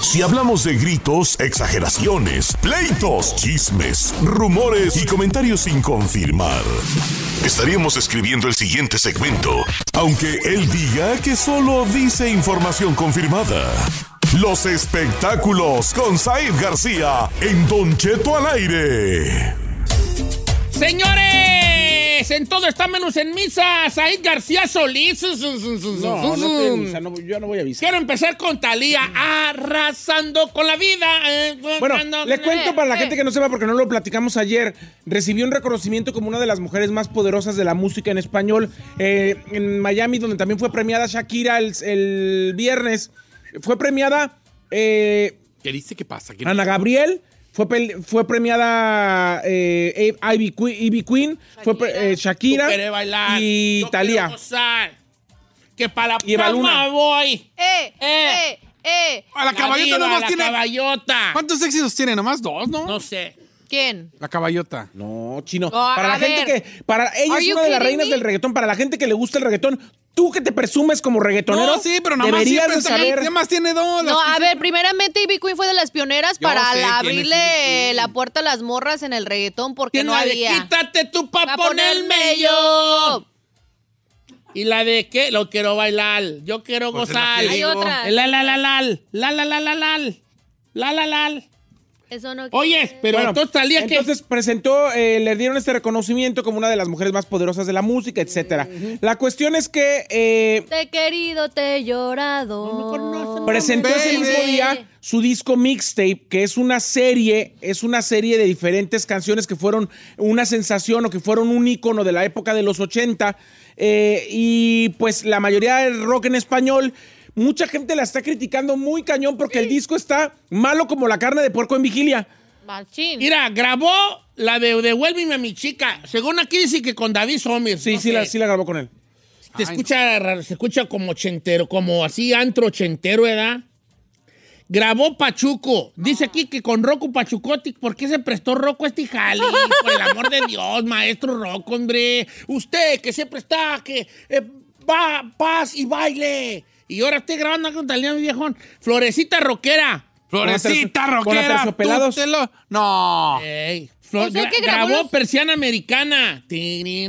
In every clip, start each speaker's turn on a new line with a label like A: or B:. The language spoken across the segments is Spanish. A: Si hablamos de gritos, exageraciones, pleitos, chismes, rumores y comentarios sin confirmar, estaríamos escribiendo el siguiente segmento, aunque él diga que solo dice información confirmada. Los espectáculos con Said García en Don Cheto al aire.
B: Señores, en todo está menos en misa. Said García Solís.
C: No, no te avisa, no, yo no voy a avisar.
B: Quiero empezar con Talía arrasando con la vida. eh,
C: Bueno,
B: cuando-
C: le cuento para la gente que no sepa porque no lo platicamos ayer. Recibió un reconocimiento como una de las mujeres más poderosas de la música en español eh, en Miami, donde también fue premiada Shakira el, el viernes. Fue premiada eh,
B: ¿Qué dice? ¿Qué pasa? ¿Qué-
C: Ana Gabriel. Fue, pel- fue premiada eh, Ivy, Que- Ivy Queen, fue pre- eh,
B: Tú
C: Shakira
B: quieres bailar.
C: y
B: yo
C: Talía.
B: quiero gozar, Que para la
C: Y Eva
B: palma
C: Luna.
B: voy.
D: ¡Eh!
B: Eh.
D: ¡Eh! ¡Eh!
E: A la caballota
B: diva,
E: nomás
B: la
E: tiene-
B: caballota.
E: ¿Cuántos éxitos tiene? Nomás dos, ¿no?
B: No sé.
D: ¿Quién?
E: La caballota.
C: No, chino.
D: No, a-
C: para la
D: a
C: gente
D: ver.
C: que. Para, ella
D: Are
C: es
D: you
C: una de las
D: kidding
C: reinas
D: me?
C: del reggaetón. Para la gente que le gusta el reggaetón, tú que te presumes como reggaetonero.
E: No, sí, pero nomás
C: deberías
E: siempre
C: de
E: está-
C: saber.
E: Nomás tiene dos.
D: No,
E: las-
D: a ver, primeramente Ivy Queen fue de las pioneras
E: Yo
D: para
E: sé
D: la-
E: quién es
D: abrirle la puerta a las morras en el reggaetón porque
B: Tiene
D: no
B: la de
D: había.
B: quítate tú pa'
D: Pa'
B: ponerme
D: ponerme
B: yo. Y la de qué? Lo quiero bailar. Yo quiero
E: Pues es la
B: gozar.
E: que
D: Hay
E: digo.
D: otra.
B: La la la la la la la la la la la la la.
D: Eso no.
B: Oye, pero
C: Bueno,
B: entonces Talía que
C: entonces presentó, eh, le dieron este reconocimiento como una de las mujeres más poderosas de la música, etcétera. La cuestión es que eh,
D: Te he querido, te he llorado.
B: No me conoces,
C: presentó ese
E: Baby.
C: mismo día su disco mixtape, que es una serie, es una serie de diferentes canciones que fueron una sensación o que fueron un ícono de la época de los 80. eh, y pues la mayoría del rock en español, mucha gente la está criticando muy cañón porque el disco está malo como la carne de puerco en vigilia.
D: Machín.
B: Mira, grabó la de Devuélveme a mi chica. Según aquí dice que con David Sommer.
C: Sí,
B: No
C: sí,
B: sé.
C: la, sí la grabó con él.
B: Te escucha raro, se escucha como ochentero, como así antro ochentero, ¿verdad? Grabó Pachuco. Dice aquí que con Rocco Pachucotti, ¿por qué se prestó Rocco a este jale? Por el amor de Dios, maestro Rocco, hombre. Usted que siempre está, que eh, va, paz y baile. Y ahora estoy grabando algo con Talía, mi viejón. Florecita rockera.
E: Florecita,
C: Con aterzo- con
E: roquera.
C: aterciopelados.
E: tú te lo- No.
B: Ey, Flor-
D: O sea,
B: gra-
D: que grabó
B: grabó,
D: los-
B: Persiana Americana.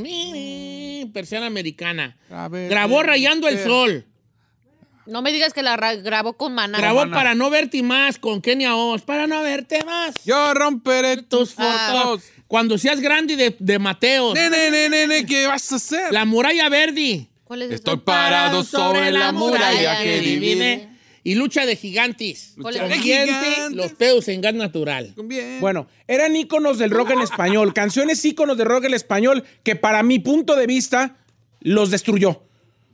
B: Tiririri, Persiana Americana.
E: A ver,
B: grabó
E: eh,
B: Rayando el
E: eh.
B: Sol.
D: No me digas que la ra- grabó con Maná.
B: Grabó
E: no.
B: Para no verte más con Kenia Oz. Para no verte más.
E: Yo Ah, romperé
B: Tus
E: tus
B: fotos.
E: fotos.
B: Cuando seas grande de, de Mateo.
E: Nene, nene, nene, ¿qué vas a hacer?
B: La muralla verde.
D: ¿Cuál es
E: Estoy
D: esa?
E: parado sobre la muralla que divide.
B: Y lucha de gigantes.
D: Lucha
B: Con
D: de
B: dientes,
E: gigantes.
B: Los pedos en gas natural.
E: Bien.
C: Bueno, eran íconos del rock en español, canciones íconos del rock en español que para mi punto de vista los destruyó.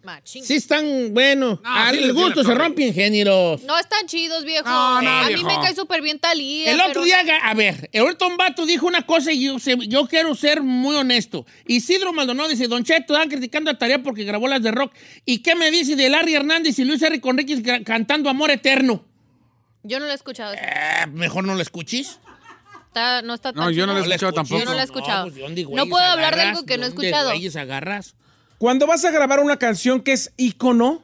D: Machín.
B: Sí están, bueno.
E: No,
B: al
E: sí, sí,
B: gusto
E: la
B: se
E: torre.
B: rompen géneros.
D: No están chidos, viejo.
E: No, no,
D: a
E: viejo.
D: mí me cae súper bien Talía.
B: El
D: pero-
B: otro día, a ver, ahorita un vato dijo una cosa y yo, se- yo quiero ser muy honesto. Isidro Maldonado dice, Don Cheto, están criticando a Tarea porque grabó las de rock. ¿Y qué me dice de Larry Hernández y Luis R. Conríquez gra- cantando Amor Eterno?
D: Yo no lo he escuchado.
B: Eh, mejor no lo escuchís.
D: Está- no está tan
E: No, yo
D: chido.
E: no lo he escuchado tampoco.
D: Yo no lo he escuchado.
B: pues, ¿de dónde,
D: No
B: güeyes,
D: puedo hablar de
B: agarras?
D: algo que no he
B: dónde,
D: escuchado?
B: güeyes, agarras?
C: Cuando vas a grabar una canción que es ícono,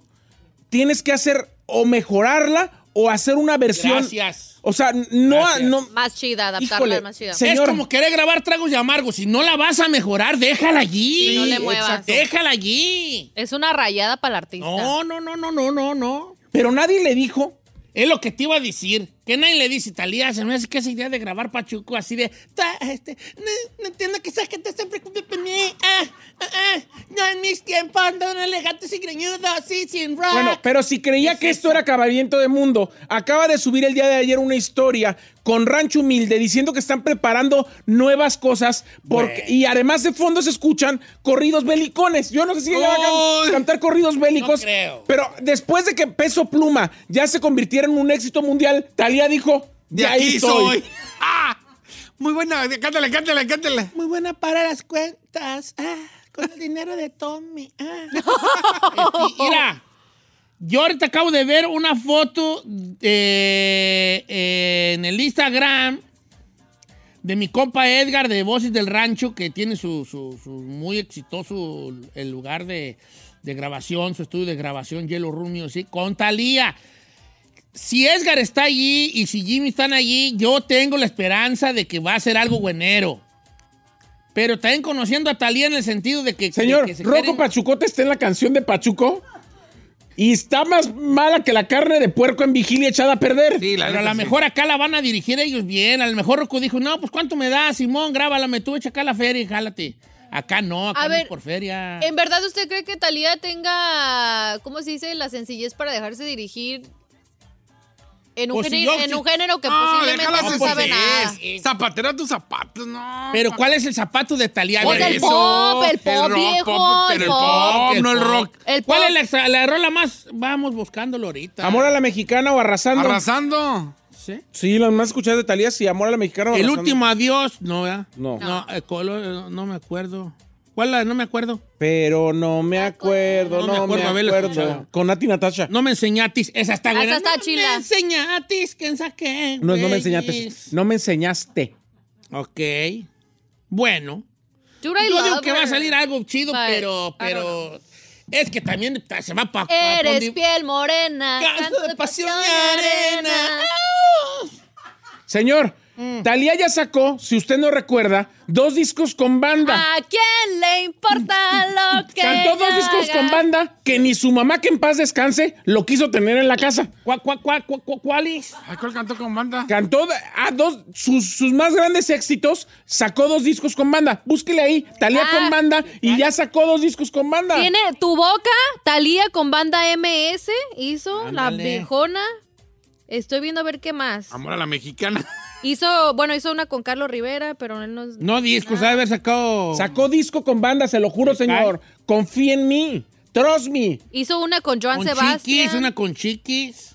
C: tienes que hacer o mejorarla o hacer una versión.
B: Gracias.
C: O sea, no,
B: Gracias.
C: no
D: Más chida, adaptarla
C: Híjole,
D: al más chida.
C: se- Señor.
B: Es como querer grabar tragos de amargo. Si no la vas a mejorar, déjala allí.
D: Sí, no le muevas. exacto.
B: Déjala allí.
D: Es una rayada para el artista.
B: No, no, no, no, no, no, no.
C: pero nadie le dijo.
B: Es lo que te iba a decir. Que nadie le dice, Talía, se me hace que esa idea de grabar Pachuco así de... "Ta, este, no, no entiendo que esa gente siempre preocupe por mí. Ah, ah, ah, no en mis tiempos andaban elegantes y greñudos, así sin rock.
C: Bueno, pero si creía
B: ¿Qué
C: que
B: es
C: esto era acabamiento de mundo, acaba de subir el día de ayer una historia con Rancho Humilde diciendo que están preparando nuevas cosas porque,
B: Bueno.
C: y además de fondo se escuchan corridos belicones. Yo no sé si ella va a
E: Uy.
C: can- cantar corridos bélicos,
B: creo.
C: pero después de que Peso Pluma ya se convirtiera en un éxito mundial, Talía dijo,
E: De,
B: ahí
E: aquí
B: soy.
E: soy. ¡Ah! Muy buena. Cántale, cántale, cántale.
B: Muy buena para las cuentas. ah, con el dinero de Tommy. ah. Este, mira, yo ahorita acabo de ver una foto eh, eh, en el Instagram de mi compa Edgar de Voces del Rancho, que tiene su, su- su muy exitoso el lugar de, de grabación, su estudio de grabación, Yellow Room Music, con Talía. Si Edgar está allí y si Jimmy están allí, yo tengo la esperanza de que va a ser algo buenero. Pero también conociendo a Talía en el sentido de que...
C: Señor,
B: que se
C: Rocco
B: quieren-
C: Pachucote está en la canción de Pachuco y está más mala que la carne de puerco en vigilia echada a perder.
E: Sí, la
B: Pero a
E: neta,
B: lo
E: sí.
B: mejor acá la van a dirigir ellos bien. A lo mejor Rocco dijo, no, pues ¿cuánto me da, Simón? Grábala, me tú echa acá la feria y jálate. Acá no, acá
D: A
B: no
D: ver, em,
B: es por feria.
D: ¿En verdad usted cree que Talía tenga, ¿cómo se dice? La sencillez para dejarse dirigir en un,
B: Pues si
D: género,
B: yo-
D: en un género que
E: No,
D: posiblemente
E: déjala
D: no
E: hacer
D: sabe
E: su
D: nada.
E: vez. Zapatero a tus zapatos, no.
B: Pero ¿cuál es el zapato de Talía?
D: Pues
E: Por
D: el
E: eso,
D: pop, el pop,
E: rock,
D: viejo,
E: pero
D: el
E: el
D: pop.
E: pop, no el rock.
D: El
B: ¿Cuál
D: pop.
B: es la, exa- la rola más? Vamos buscándolo ahorita.
C: Amor a la mexicana o arrasando.
E: Arrasando.
B: Sí.
C: sí, las más escuchadas de Talía, sí, amor a la mexicana o
B: El
C: arrasando.
B: último adiós. No, ¿verdad?
C: No.
B: No, eh, color, eh, no, no me acuerdo. ¿Cuál la? No me acuerdo.
C: Pero no me acuerdo,
B: No
C: no,
B: me acuerdo
C: me
B: haberla
C: acuerdo.
B: escuchado.
C: Con Nati Natasha.
B: No me enseñatis. Esa está
D: Esa
B: buena.
D: está
B: no
D: chila.
B: me enseñatis. ¿Quién saqué?
C: No, no me enseñaste.
B: güeyes?
C: No me enseñaste.
B: Ok. Bueno.
D: Dude, I
B: Yo
D: love
B: digo que va a
D: her.
B: salir algo chido,
D: But, I
B: pero,
D: don't
B: pero es que también ta- se va para...
D: Eres piel morena.
B: Canto de pasión y arena.
C: Señor,
D: Mm.
C: Talía ya sacó, si usted no recuerda, dos discos con banda.
D: ¿A quién le importa lo que
C: Cantó dos
D: ella
C: discos con
D: haga?
C: banda que ni su mamá, que en paz
B: Ah.
C: descanse, lo quiso tener en la casa.
B: ¿Cuál, cuál, cuál, cuál, cuál- cuál es?
E: Ay, ¿cuál cantó con banda?
C: Cantó a dos, sus, sus más grandes éxitos, sacó dos discos con banda. Búsquele ahí, Talía
D: Ah.
C: con banda, y ya sacó dos discos con banda.
D: Tiene tu boca, Talía con banda MS, hizo
B: Ándale.
D: la viejona. Estoy viendo a ver qué más.
E: Amor a la mexicana.
D: Hizo, bueno, hizo una con Carlos Rivera, pero él no es-
B: No discos, ha de haber sacado...
C: Sacó disco con banda, se lo juro,
B: Me cae.
C: señor. Confía en mí. Trust me.
D: Hizo una con Joan
B: con
D: Sebastián.
B: chiquis, una con chiquis.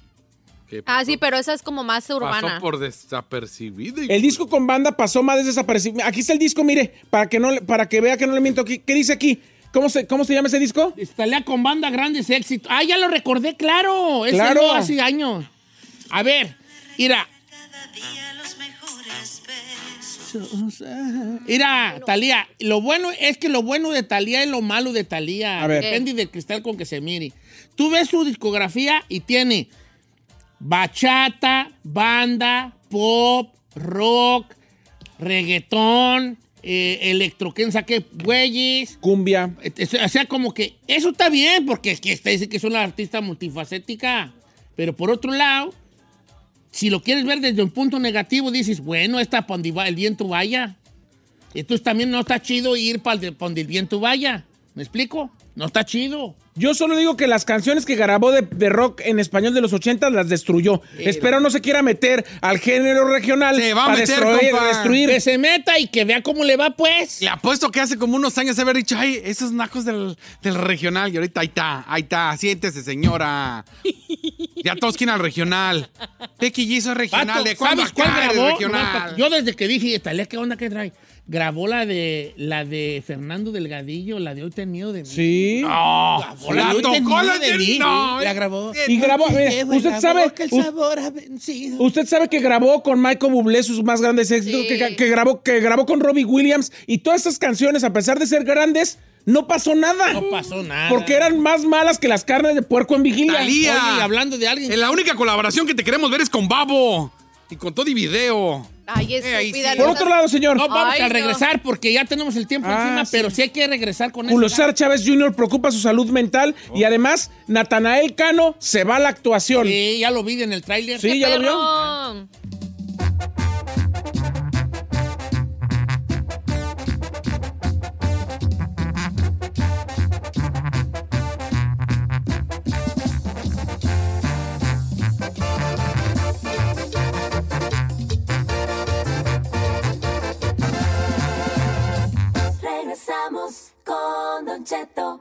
E: ¿Qué
D: Ah,
E: pasó?
D: sí, pero esa es como más urbana.
E: Pasó por desapercibido. hijo.
C: El disco con banda pasó más desaparecido. Aquí está el disco, mire, para que no le- para que vea que no le miento aquí. ¿Qué dice aquí? ¿Cómo se, cómo se llama ese disco?
B: Talía con banda grandes éxitos. Ah, ya lo recordé, claro. Ese
C: Claro.
B: no, hace años. A ver, mira. Mira, Talía, lo bueno es que lo bueno de Talía es lo malo de Talía.
C: A ver.
B: Depende del cristal con que se mire. Tú ves su discografía y tiene bachata, banda, pop, rock, reggaetón, eh, electro, ¿quién saqué? Güeyes.
C: Cumbia.
B: Este, O sea, como que eso está bien, porque es que usted dice que es una artista multifacética. Pero por otro lado, si lo quieres ver desde un punto negativo, dices, bueno, esta para donde va el viento vaya. Entonces también no está chido ir para donde el viento vaya. ¿Me explico? No está chido.
C: Yo solo digo que las canciones que grabó de, de rock en español de los 80 las destruyó. Espero no se quiera meter al género regional
E: Se va a
C: para
E: meter,
C: destruir,
E: compa.
C: destruir.
B: Que se meta y que vea cómo le va, pues.
E: Le apuesto que hace como unos años haber dicho, ay, esos nacos del, del regional. Y ahorita ahí está, ahí está, siéntese, señora. Ya todos quieren al regional. Becky G hizo regional.
B: Pato,
E: ¿De cuándo
B: ¿Sabes cuál
E: acá eres
B: grabó?
E: regional?
B: No, yo desde que dije, Talía, ¿qué onda que trae? Grabó la de, la de Fernando Delgadillo, la de Hoy Ten Miedo de mí.
C: Sí.
E: Ah. No,
B: Hola,
E: la
B: hoy te
E: tocó la
B: niño de mí.
E: no.
B: La grabó.
C: Y grabó, mire,
B: Llevo en
C: usted
B: la
C: sabe,
B: boca el
C: u-
B: sabor ah, a vencido.
C: usted sabe que grabó con Michael Bublé sus más grandes éxitos,
D: Sí.
C: que, que grabó, que grabó con Robbie Williams y todas esas canciones, a pesar de ser grandes, no pasó nada.
B: No pasó nada.
C: Porque eran más malas que las carnes de puerco en vigilia.
E: Talía.
B: Oye, hablando de alguien.
E: Eh, La única colaboración que te queremos ver es con Babo. Y con todo y video.
D: Ay,
E: Eh, ahí
D: estúpida.
E: sí.
D: no
C: Por otro
D: seas-
C: lado, señor,
B: No vamos
D: Ay,
B: a
D: no.
B: regresar porque ya tenemos el tiempo
C: Ah,
B: encima,
C: sí.
B: pero sí hay que regresar con eso.
C: Culosar Chávez Jr. preocupa su salud mental y además Natanael Cano se va a la actuación. Sí,
B: Sí, ya lo vi en el tráiler.
C: ya lo vio.
D: Perro.
F: Regresamos con Don Cheto.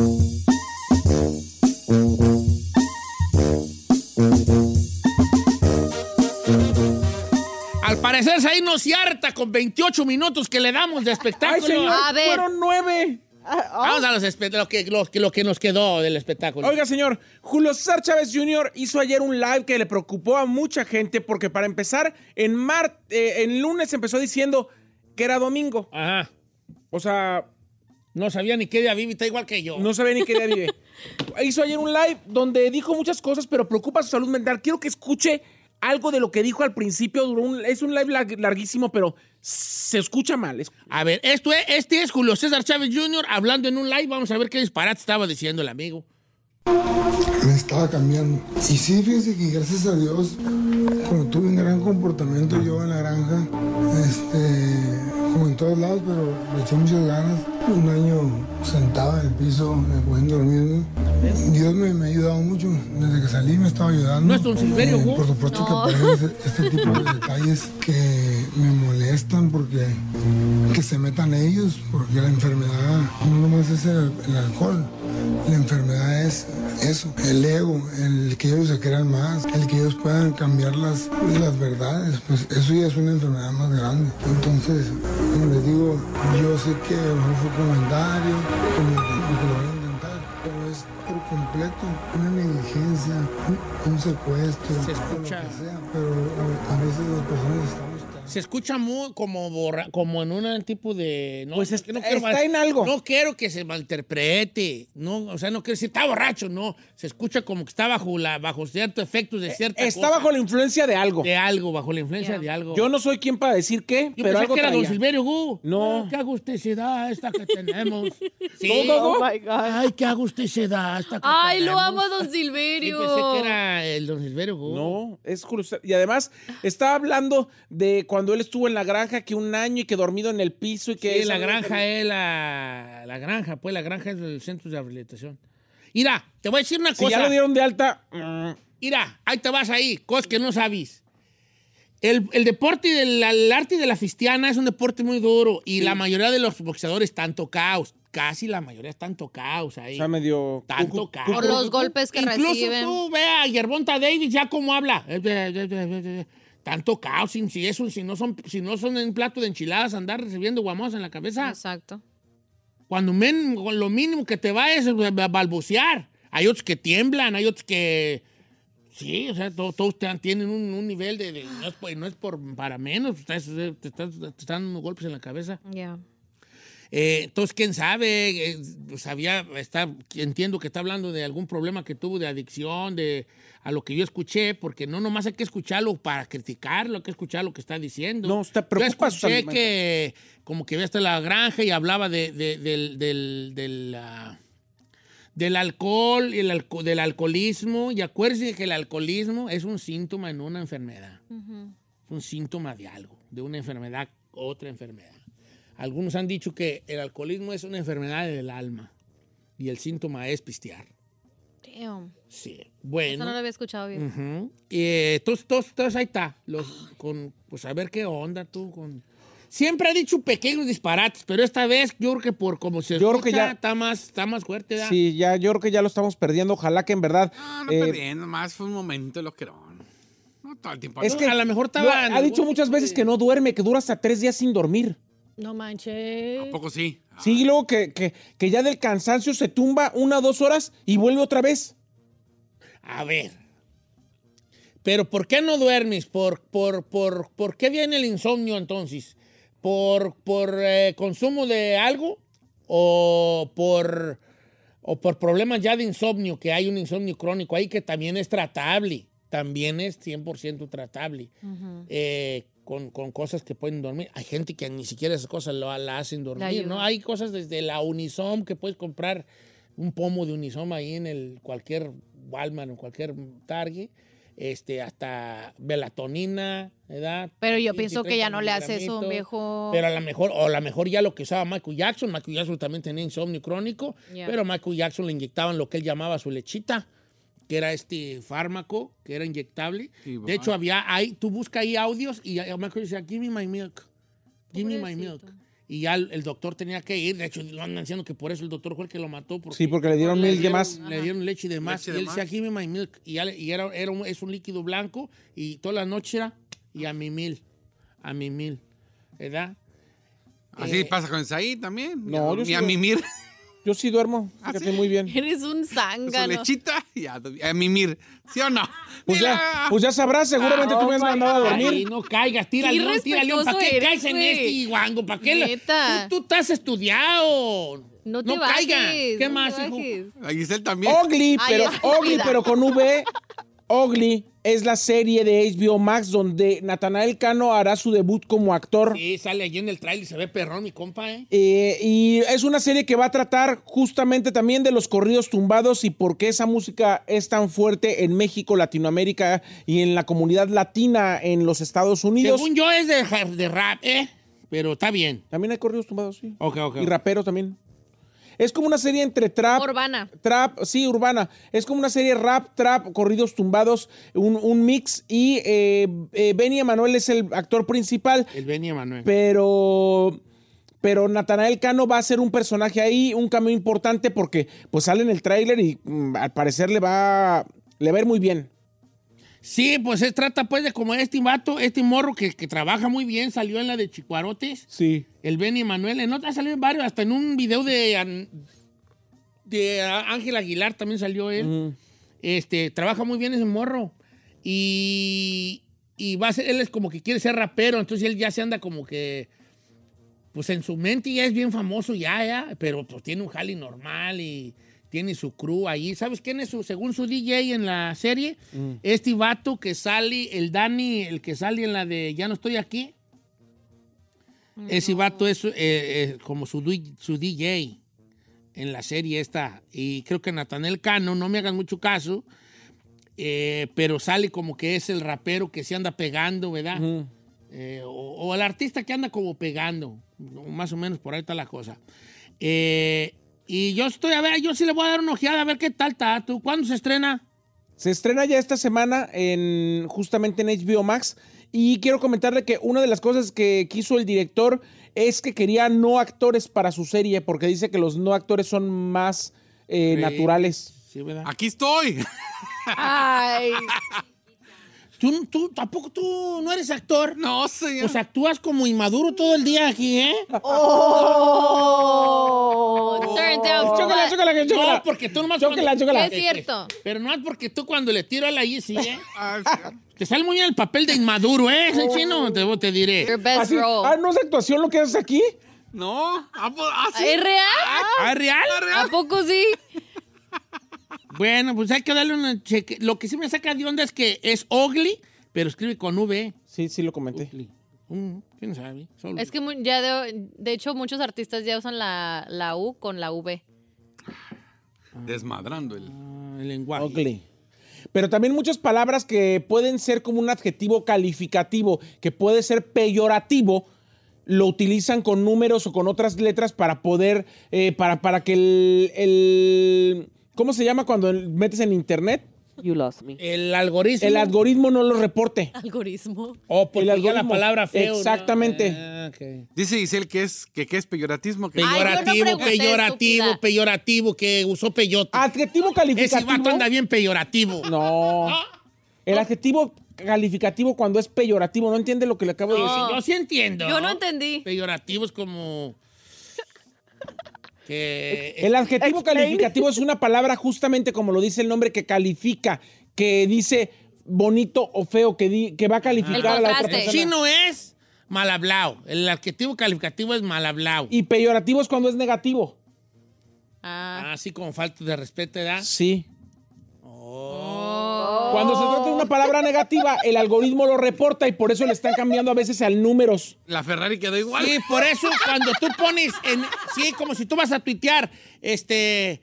B: Al parecer, ahí no se harta con 28 minutos que le damos de
C: ¡Ay,
B: espectáculo.
C: señor!
D: A ver.
C: ¡Fueron nueve!
B: Vamos a los espe- lo que, lo, que- lo que nos quedó del espectáculo.
C: Oiga, señor, Julio César Chávez Jr. hizo ayer un live que le preocupó a mucha gente porque para empezar, en, mar eh, en lunes empezó diciendo que era domingo.
B: Ajá.
C: O sea,
B: No sabía ni qué día vive, está igual que yo.
C: no sabía ni qué día vive. hizo ayer un live donde dijo muchas cosas, pero preocupa su salud mental. Quiero que escuche algo de lo que dijo al principio. Duró un- es un live lar- larguísimo, pero se escucha mal. Es-
B: A ver, esto es, este es Julio César Chávez Jr. hablando en un live. Vamos a ver qué disparate estaba diciendo el amigo.
G: me estaba cambiando. Y sí, fíjense que gracias a Dios, bueno, tuve un gran comportamiento yo en la granja, este, como en todos lados, pero le eché muchas ganas. Un año sentado en el piso, me pueden dormir. Dios me, me ha ayudado mucho. Desde que salí me estaba ayudando.
B: ¿No es don Silverio, Hugo?
G: por supuesto que aparecen este tipo de detalles que me molestan porque que se metan ellos, porque la enfermedad no nomás es el, el alcohol, la enfermedad es eso, el ego, el que ellos se crean más, el que ellos puedan cambiar las, las verdades, pues eso ya es una enfermedad más grande. Entonces, como les digo, yo sé que a lo mejor fue comentario, que me- que lo voy a intentar, pero es por completo una negligencia, un- un secuestro,
B: Se
G: o lo que
B: escucha.
G: sea, pero eh, a a veces las personas estamos tan-
B: Se escucha muy como borra, como en un tipo de. No,
C: Pues es-
B: que
C: está en algo.
B: No quiero que se malinterprete. No, o sea, no quiero decir está borracho, no. Se escucha como que está bajo la, bajo cierto efecto de cierta.
C: Eh, Está
B: cosa,
C: bajo la influencia de algo.
B: de algo, bajo la influencia
D: Ya.
B: de algo.
C: Yo no soy quien para decir qué,
B: Yo pensé
C: pero algo
B: que era don
C: traía.
B: Silverio Gu.
C: No.
B: Ay, qué agusticidad esta que tenemos. Sí.
C: ¿Cómo, cómo?
B: Ay, qué agusticidad esta que
D: Ay, lo
B: tenemos.
D: amo, don
B: Sí,
D: Silverio.
B: pensé que era el don Silverio Gu.
C: No, es Julio César. Y además, está hablando de cuando él estuvo en la granja, que un año y que dormido en el piso y que...
B: Sí,
C: esa-
B: la granja eh. es la, la granja, pues la granja es el centro de rehabilitación. Mira, te voy a decir una
C: Si
B: cosa.
C: ya lo dieron de alta... mm,
B: Mira, ahí te vas ahí, cosas que no sabes. El, el deporte y del- el arte de la fistiana es un deporte muy duro y la mayoría de los boxeadores están tocados. Casi la mayoría están tocados ahí.
C: Está medio...
B: tanto
C: cucu-
B: caro.
D: Por los golpes que
B: Incluso
D: reciben.
B: tú ve a Yerbonta Davis ya cómo habla. Tanto caos, si, si eso, si no son, si no son en plato de enchiladas, andar recibiendo guamos en la cabeza.
D: Exacto.
B: Cuando men- lo mínimo que te va es eh, balbucear. Hay otros que tiemblan, hay otros que. Sí, o sea, to- todos, te- tienen un, un nivel de. de- no es, por- no es por, para menos, estás- te, estás- te están dando golpes en la cabeza.
D: Ya.
B: Eh, entonces, quién sabe, Eh, sabía, está, entiendo que está hablando de algún problema que tuvo de adicción, de a lo que yo escuché, porque no nomás hay que escucharlo para criticarlo, hay que escuchar lo que está diciendo.
C: No, usted
B: Yo
C: preocupa su
B: escuché
C: salud mental.
B: que como que iba hasta la granja y hablaba de, de- del, del- del, ah, del alcohol, y el alco- del alcoholismo, y acuérdense que el alcoholismo es un síntoma en una enfermedad es un síntoma de algo, de una enfermedad, otra enfermedad. Algunos han dicho que el alcoholismo es una enfermedad del alma y el síntoma es pistear.
D: Damn.
B: Sí,
D: Eso no lo
B: bueno.
D: había escuchado bien.
B: ujú. Y, eh, entonces, todos, todos ahí está. Los, con, pues a ver qué onda tú con... Siempre ha dicho pequeños disparates, pero esta vez yo creo que por como se
C: Yo creo que
B: escucha,
C: ya-
B: está, más, está más fuerte. ¿verdad?
C: Sí, ya, yo creo que ya lo estamos perdiendo. Ojalá que en verdad...
E: No, no
C: eh,
E: perdiendo, más fue un momento lo creo. No todo el tiempo.
C: es
E: no.
C: que
B: a lo mejor estaba
C: lo-
B: en
C: ha
B: algún-
C: dicho muchas veces que no duerme, que dura hasta tres días sin dormir.
D: No manches.
E: ¿A poco sí?
C: Sí, y luego que, que, que ya del cansancio se tumba una o dos horas y vuelve otra vez.
B: A ver. Pero ¿por qué no duermes? ¿Por, por, por, por qué viene el insomnio entonces? ¿Por, por eh, consumo de algo? ¿O por, ¿O por problemas ya de insomnio? Que hay un insomnio crónico ahí que también es tratable. También es 100% tratable. eh, con, con cosas que pueden dormir. Hay gente que ni siquiera esas cosas lo- la hacen dormir,
H: ayuda.
B: ¿no? Hay cosas desde la Unisom que puedes comprar un pomo de Unisom ahí en el cualquier Walmart o cualquier Target, este, hasta melatonina, ¿verdad?
D: Pero yo
B: 15,
D: pienso que ya no le hace eso a un
B: miligramitos.
D: viejo.
B: Pero a lo mejor, o a lo mejor ya lo que usaba Michael Jackson, Michael Jackson también tenía insomnio crónico,
D: Ya.
B: pero a Michael Jackson le inyectaban lo que él llamaba su lechita, que era este fármaco, que era inyectable. De hecho, había ahí, tú buscas ahí audios y a- a Michael decía, give me my milk, give me my milk. Y ya el, el doctor tenía que ir, de hecho lo andan diciendo que por eso el doctor fue el que lo mató. Porque
C: Sí, porque le dieron
B: le
C: mil de
B: dieron-
C: más.
B: Le dieron leche de más.
C: Leche de
B: y él decía,
C: más.
B: give me my milk. Y, ya le- y era, era un- es un líquido blanco y toda la noche era, y a mi mil, a mi mil, ¿verdad?
E: Así
B: Eh,
E: pasa con Saí también.
C: No, yo
E: ni
C: sí
E: a
C: duermo.
E: mimir.
C: Yo sí duermo.
B: ¿Ah,
C: Fíjate muy bien.
D: Eres un
E: Su
D: zángano.
E: lechita y a, a mimir. ¿Sí o no?
C: Pues ya, pues ya sabrás,
B: Ah,
C: seguramente tú me has mandado a
B: Ay,
C: dormir.
B: no caigas, tírale
D: Qué
B: un, tírale un. ¿Para qué
D: irrespetuoso
B: caes en
D: eres,
B: este
D: güey.
B: guango? ¿Para qué? la-
D: Neta.
B: Tú, tú estás estudiado.
D: No te
B: No
D: bajes.
B: caigas. ¿Qué
D: no
B: más,
D: te
B: hijo?
D: bajes.
E: A Giselle también.
B: Este,
C: Ogly,
D: Ay,
C: pero,
D: estúpida.
C: Ogly, pero con V. Ogly es la serie de HBO Max donde Natanael Cano hará su debut como actor.
B: Sí, sale allí en el trailer y se ve perrón, mi compa, ¿eh?
C: Eh, y es una serie que va a tratar justamente también de los corridos tumbados y por qué esa música es tan fuerte en México, Latinoamérica y en la comunidad latina en los Estados Unidos.
B: Según yo es de, ja- de rap, ¿eh? Pero está bien.
C: También hay corridos tumbados, sí.
B: Ok, ok.
C: Y raperos también. Es como una serie entre trap,
D: Urbana.
C: Trap, sí, urbana. Es como una serie rap, trap, corridos tumbados, un, un mix. Y eh, eh, Benny Emanuel es el actor principal,
B: El Benny Manuel.
C: pero. Pero Natanael Cano va a ser un personaje ahí, un cambio importante, porque pues sale en el tráiler y mm, al parecer le va. Le va a ir muy bien.
B: Sí, pues se trata pues de como este vato, este morro que, que trabaja muy bien, salió en la de Chicuarotes.
C: Sí.
B: El Benny Manuel, en otra salió en varios, hasta en un video de An- de Ángel Aguilar también salió él. Este, trabaja muy bien ese morro. Y, y va a ser, él es como que quiere ser rapero, entonces él ya se anda como que, pues en su mente ya es bien famoso, ya, ya, pero pues tiene un jali normal y tiene su crew ahí. ¿Sabes quién es su, según su DJ en la serie? Este vato que sale, el Dani, el que sale en la de Ya no estoy aquí. Ese vato es eh, eh, como su, dui- su DJ en la serie esta. Y creo que Natanel Cano, no me hagan mucho caso, eh, pero sale como que es el rapero que se anda pegando, ¿verdad? Eh, o, o el artista que anda como pegando. Más o menos por ahí está la cosa. Eh, y yo estoy, a ver, yo sí le voy a dar una ojeada a ver qué tal está. ¿Tú cuándo se estrena?
C: Se estrena ya esta semana en justamente en HBO Max y quiero comentarle que una de las cosas que quiso el director es que quería no actores para su serie porque dice que los no actores son más eh,
B: Sí.
C: naturales.
B: Sí, ¿verdad?
E: Aquí estoy.
D: Ay.
B: ¿Tú, tú, tampoco tú no eres actor.
E: No, señor.
B: Pues actúas como inmaduro todo el día aquí, ¿eh?
D: Oh, turn down for
C: Chócala,
D: what?
C: chócala, que chócala.
B: No, porque tú nomás...
C: Chócala,
B: cuando- Eh,
C: chócala.
D: Es cierto.
B: Pero no es porque tú cuando le tiro a la ICI, ¿eh?
E: Ah, sí.
B: Te sale muy bien el papel de inmaduro, ¿eh? Ese
C: Oh.
B: chino, te, te diré.
D: Your best
C: Así-
D: role.
C: ah, no es actuación lo que haces aquí.
E: No. Ah, pues, ah, sí.
D: ¿Es real?
B: ¿Ah, real?
D: ¿A poco sí?
B: Bueno, pues hay que darle una cheque. Lo que sí me saca de onda es que es Ogly, pero escribe con V.
C: Sí, sí lo comenté.
B: Ugly. Mm, ¿Quién sabe? Solo-
D: Es que mu- ya de, de hecho muchos artistas ya usan la, la U con la V.
E: Desmadrando el.
B: Ah, el lenguaje.
C: Ugly. Pero también muchas palabras que pueden ser como un adjetivo calificativo, que puede ser peyorativo, lo utilizan con números o con otras letras para poder, eh, para, para que el, el- ¿Cómo se llama cuando metes en internet?
H: You lost me.
B: El algoritmo.
C: El algoritmo no lo reporte.
D: Algoritmo.
B: O porque
C: el
B: ya
C: algoritmo.
B: la palabra feo. ¿no?
C: Exactamente.
B: Ah, ok.
E: Dice Giselle que es, que, que es peyoratismo. Que
D: Ay, yo no
B: Peyorativo,
D: pregunté,
B: peyorativo,
D: estúpida.
B: peyorativo, que usó peyote.
C: Adjetivo
B: Ese
C: calificativo.
B: vato anda bien Ah. peyorativo.
C: No. El adjetivo calificativo cuando es peyorativo, no entiende lo que le acabo de decir.
D: No.
B: Yo sí entiendo.
D: Yo no entendí.
B: Peyorativos como. Que.
C: El adjetivo calificativo es una palabra justamente como lo dice el nombre que califica, que dice bonito o feo que, di- que va a calificar a la otra persona.
B: Chino es mal hablado. El adjetivo calificativo es mal hablado.
C: Y peyorativo es cuando es negativo.
D: Ah.
B: Ah, Así como falta de respeto, ¿verdad?
C: Sí. Cuando se trata de una palabra negativa, el algoritmo lo reporta y por eso le están cambiando a veces al números.
E: La Ferrari quedó igual.
B: Sí, por eso cuando tú pones en. Sí, como si tú vas a tuitear, este.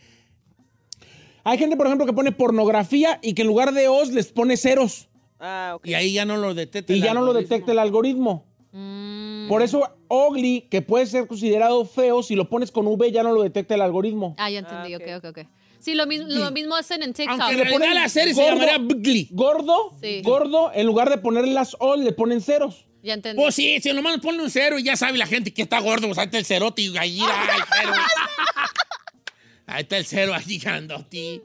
C: Hay gente, por ejemplo, que pone pornografía y que en lugar de os les pone ceros
D: Ah,
B: Y ahí ya no lo detecta.
C: y
B: el
C: ya no lo
B: algoritmo.
C: detecta el algoritmo.
D: Mm.
C: Por eso, ugly, que puede ser considerado feo, si lo pones con V ya no lo detecta el algoritmo.
D: Ah, ya entendí, ok, ok, ok. Sí, lo mismo, lo mismo hacen en TikTok.
B: Aunque en realidad la serie se
C: gordo.
B: llamaría Bugly.
C: Gordo,
D: Sí.
C: gordo, en lugar de poner las O le ponen ceros.
D: Ya entendí.
B: Pues sí, si nomás ponle un cero y ya sabe la gente que está gordo, pues ahí está el cerote y ahí, ay, el cero. ahí está el cero allí gandote.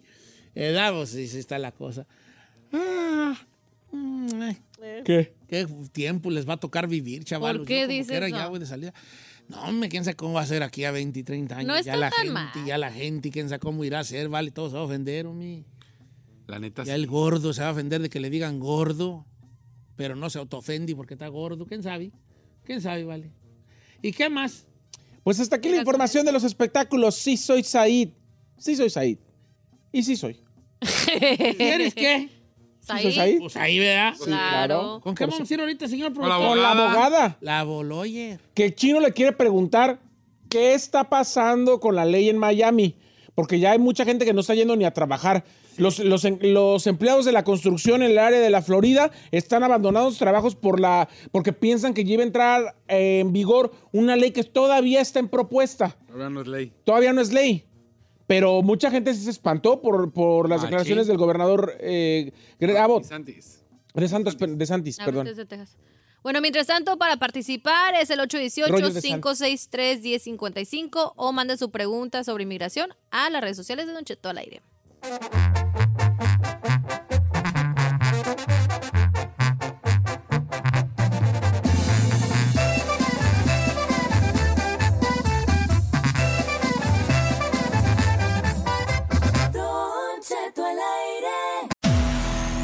B: ¿Verdad? Pues sí, sí está la cosa. Ah, mm, ay,
C: ¿Qué?
B: qué tiempo les va a tocar vivir, chaval.
D: qué dices eso?
B: ya voy de salida. No, hombre, quién sabe cómo va a ser aquí a 20, 30 años.
D: No
B: ya
D: está
B: la
D: tan
B: gente,
D: mal.
B: ya la gente, quién sabe cómo irá a ser, vale, todos se va a ofender, hombre.
E: La neta,
B: Ya
E: sí.
B: el gordo se va a ofender de que le digan gordo, pero no se autoofende porque está gordo. ¿Quién sabe? ¿Quién sabe, vale? ¿Y qué más?
C: Pues hasta aquí la información de los espectáculos. Sí soy Said. Sí soy Said. Y sí soy.
B: ¿Quieres qué?
C: ¿Sí soy
D: Said,
C: Said?
B: Pues ahí, ¿verdad?
D: Claro.
B: ¿Con qué vamos a ir ahorita, señor
E: Con la
B: productor?
C: Con la abogada.
B: La Boloyer.
C: que el chino le quiere preguntar qué está pasando con la ley en Miami, porque ya hay mucha gente que no está yendo ni a trabajar. Los, los en- los empleados de la construcción en el área de la Florida están abandonando sus trabajos por la, porque piensan que lleva a entrar eh, en vigor una ley que todavía está en propuesta.
E: Ahora no es ley.
C: Todavía no es ley. Pero mucha gente sí se espantó por, por las
E: Machín.
C: declaraciones del gobernador eh, Greg Abbott,
E: Santis.
C: de Santos, de Santis,
D: Ah,
C: perdón.
D: es de Texas. Bueno, mientras tanto, para participar es el
C: Rollos de sal.
D: 818-563-1055 o mande su pregunta sobre inmigración a las redes sociales de Don Cheto al aire.
F: Don Cheto al aire.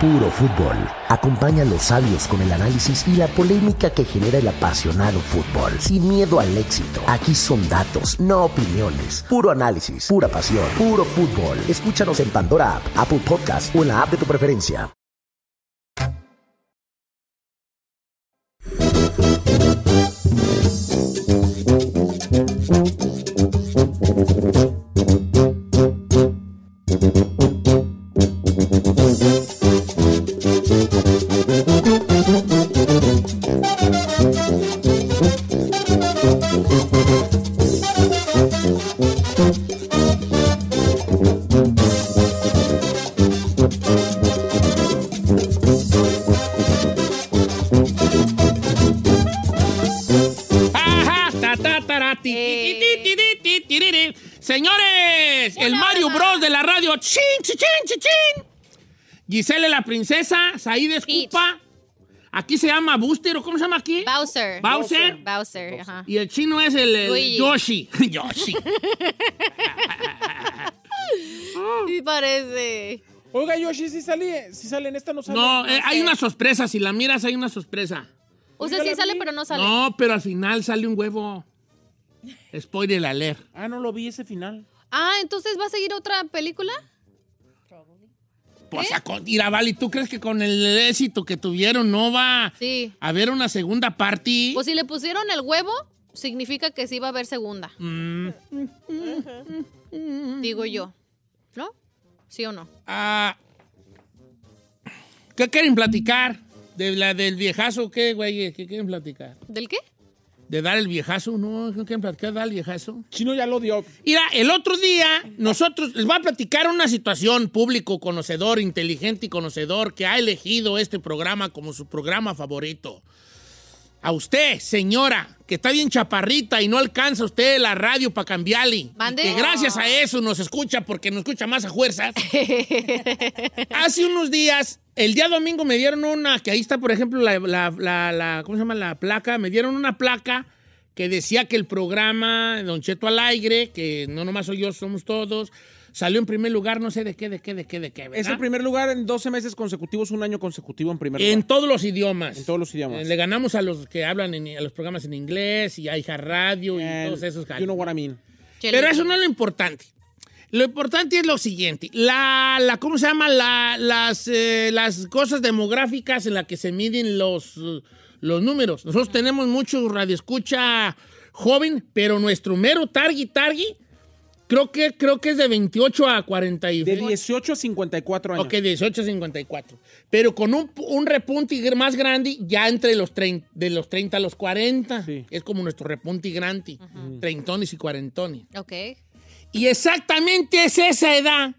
I: Puro Fútbol. Acompaña a los sabios con el análisis y la polémica que genera el apasionado fútbol. Sin miedo al éxito. Aquí son datos, no opiniones. Puro análisis, pura pasión, puro fútbol. Escúchanos en Pandora App, Apple Podcast o en la app de tu preferencia.
B: Ajá, ta, ta, tara, ti, ti, ti, ti, ti, ti, ti, ti, ti, ti. Señores, el Mario Bros de la radio. Chin, chin, chin, chin. Gisele la princesa, Said Escupa. Aquí se llama Booster, ¿o cómo se llama aquí?
D: Bowser.
B: Bowser.
D: Bowser, ajá.
B: Y el chino es el, el
D: Luigi.
B: Yoshi. Yoshi.
D: Sí, parece.
C: Oiga, Yoshi, si sale, si sale en esta no sale.
B: No, eh, hay una sorpresa. Si la miras, hay una sorpresa.
D: O sea, sí sale, pero no sale.
B: No, pero al final sale un huevo. Spoiler alert.
C: Ah, no lo vi ese final.
D: Ah, entonces va a seguir otra película.
B: Pues
D: ¿Eh?
B: a con- mira, Vali, ¿tú crees que con el éxito que tuvieron no va
D: Sí.
B: a haber una segunda parte?
D: Pues si le pusieron el huevo, significa que sí va a haber segunda.
B: Mm.
D: Digo yo. ¿No? ¿Sí o no?
B: Ah, ¿Qué quieren platicar? ¿De la del viejazo o qué, güey? ¿Qué quieren platicar?
D: ¿Del qué?
B: ¿De dar el viejazo? No, ¿qué quieren platicar? ¿Dar el viejazo?
C: Chino ya lo dio.
B: Mira, el otro día nosotros les voy a platicar una situación público, conocedor, inteligente y conocedor que ha elegido este programa como su programa favorito. A usted, señora, que está bien chaparrita y no alcanza usted la radio para cambiarle.
D: Mande.
B: Que gracias a eso nos escucha porque nos escucha más a fuerzas. Hace unos días, el día domingo me dieron una, que ahí está, por ejemplo, la, la- la- la- ¿cómo se llama? La placa. Me dieron una placa que decía que el programa Don Cheto al aire, que no nomás soy yo, somos todos, salió en primer lugar, no sé de qué, de qué, de qué, de qué.
C: Es
B: ¿verdad?
C: el primer lugar en 12 meses consecutivos, un año consecutivo en primer
B: En
C: lugar.
B: todos los idiomas.
C: En todos los
B: Eh,
C: idiomas.
B: Le ganamos a los que hablan en, a los programas en inglés y a Hija Radio y
C: El-
B: todos esos. jales.
C: You know what I mean.
B: Pero eso no es lo importante. Lo importante es lo siguiente. La, la- ¿cómo se llama? La- las, eh, las cosas demográficas en las que se miden los, eh, los números. Nosotros tenemos mucho radioescucha joven, pero nuestro mero target target creo que, creo que es de 28 a 48.
C: De 18 a 54 años.
B: Ok, 18 a 54. Pero con un, un repunte gr- más grande, ya entre los 30, de los 30 a los 40.
C: Sí.
B: Es como nuestro repunte grande. Treintones y cuarentones.
D: Ok.
B: Y exactamente es esa edad,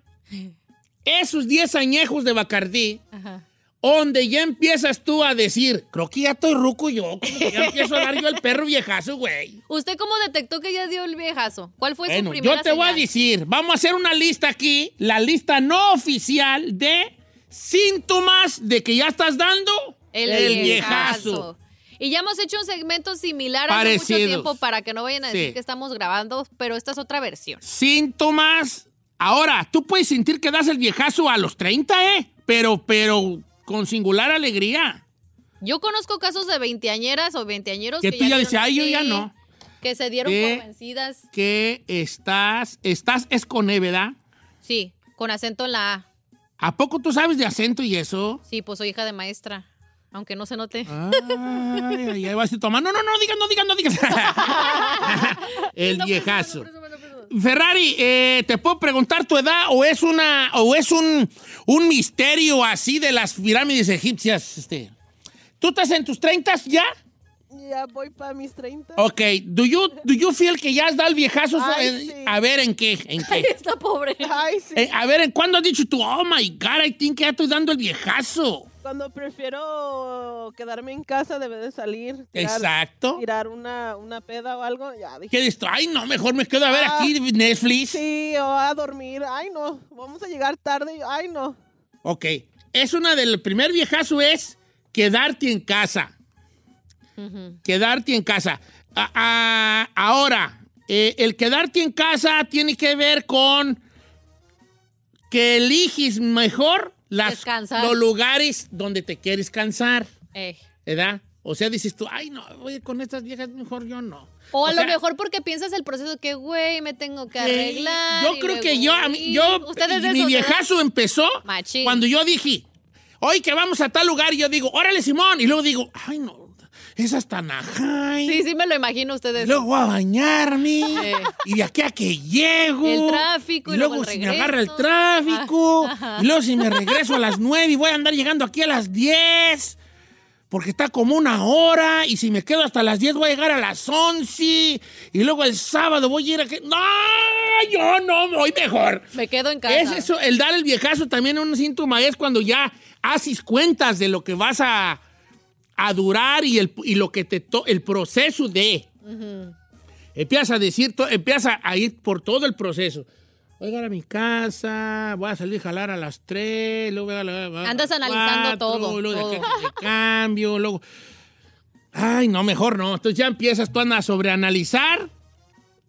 B: esos 10 añejos de Bacardí,
D: Ajá.
B: donde ya empiezas tú a decir, creo que ya estoy ruco yo, como que ya empiezo a dar yo el perro viejazo, güey.
D: ¿Usted cómo detectó que ya dio el viejazo? ¿Cuál fue su
B: Bueno, yo
D: Pues primera
B: te voy a
D: señal?
B: decir, vamos a hacer una lista aquí, la lista no oficial de síntomas de que ya estás dando
D: El, viejazo. Y ya hemos hecho un segmento similar hace mucho
B: Parecidos.
D: tiempo para que no vayan a decir
B: Sí.
D: que estamos grabando, pero esta es otra versión.
B: Síntomas. Ahora, tú puedes sentir que das el viejazo a los 30, ¿eh? Pero, pero con singular alegría.
D: Yo conozco casos de veinteañeras o veinteañeros
B: Que tú ya
D: dieron
B: dices, "Ay, yo
D: así,
B: ya no".
D: Que se dieron
B: ¿Qué?
D: por vencidas.
B: que estás, estás es con E, ¿verdad?
D: Sí, con acento en la A.
B: ¿A poco tú sabes de acento y eso?
D: Sí, pues soy hija de maestra. Aunque no se note.
B: Ah. Ay, ay, ay, vas a tomar. No, no, no digas, no digas, no digas. El viejazo. Ferrari, eh, ¿te puedo preguntar tu edad o es una o es un, un misterio así de las pirámides egipcias? Este? ¿Tú estás en tus 30 ya?
H: Ya voy para mis 30.
B: Ok, do you, do you feel que ya has dado el viejazo?
H: Ay,
B: En-
H: sí.
B: A ver, ¿en qué? ¿En qué?
D: Está pobre.
H: Ay, sí.
B: Eh, a ver, ¿en cuándo has dicho tú, oh my god, I think que ya estoy dando el viejazo?
H: Cuando prefiero quedarme en casa, debe de salir. tirar-
B: Exacto.
H: Tirar una, una peda o algo. Ya dije.
B: ¿Qué dices tú? Ay, no, mejor me quedo a ver
H: Ah.
B: aquí Netflix.
H: Sí, o a dormir. Ay, no. Vamos a llegar tarde. Ay, no.
B: Ok, es una del primer viejazo es quedarte en casa. Quedarte en casa. A- a- ahora, eh, el quedarte en casa tiene que ver con que eliges mejor las,
D: Descansar.
B: los lugares donde te quieres cansar,
D: Ey.
B: ¿verdad? O sea, dices tú, ay, no, oye, con estas viejas mejor yo no.
D: O a
B: O
D: lo
B: sea-
D: mejor porque piensas el proceso que, güey, me tengo que
B: Sí,
D: arreglar.
B: Yo
D: y
B: creo que
D: luego
B: yo, a mí,
D: ir.
B: yo,
D: Ustedes de
B: mi
D: esos,
B: viejazo empezó
D: Machín.
B: cuando yo dije, hoy que vamos a tal lugar, y yo digo, órale, Simón, y luego digo, ay, no, es hasta Anaheim,
D: ¿verdad? Sí, sí me lo imagino ustedes.
B: y luego voy a bañarme,
D: Sí.
B: y de aquí a que llego.
D: El tráfico,
B: y
D: y luego
B: luego
D: el
B: si me agarra el
D: regreso.
B: tráfico,
D: Ajá.
B: y luego si me regreso a las 9 y voy a andar llegando aquí a las 10. Porque está como una hora y si me quedo hasta las 10 voy a llegar a las 11 y luego el sábado voy a ir a que... No, yo no voy mejor.
D: Me quedo en casa.
B: Es eso, el dar el viejazo también un síntoma es cuando ya haces cuentas de lo que vas a, a durar y, el, y lo que te to- el proceso de. Empiezas a decir, to- empiezas a ir por todo el proceso. Voy a llegar a mi casa, voy a salir a jalar a las 3, luego voy a jalar a las
D: Andas analizando todo, Oh.
B: y Luego de
D: todo.
B: acá me cambio, luego... Ay, no, mejor no. Entonces ya empiezas tú a sobreanalizar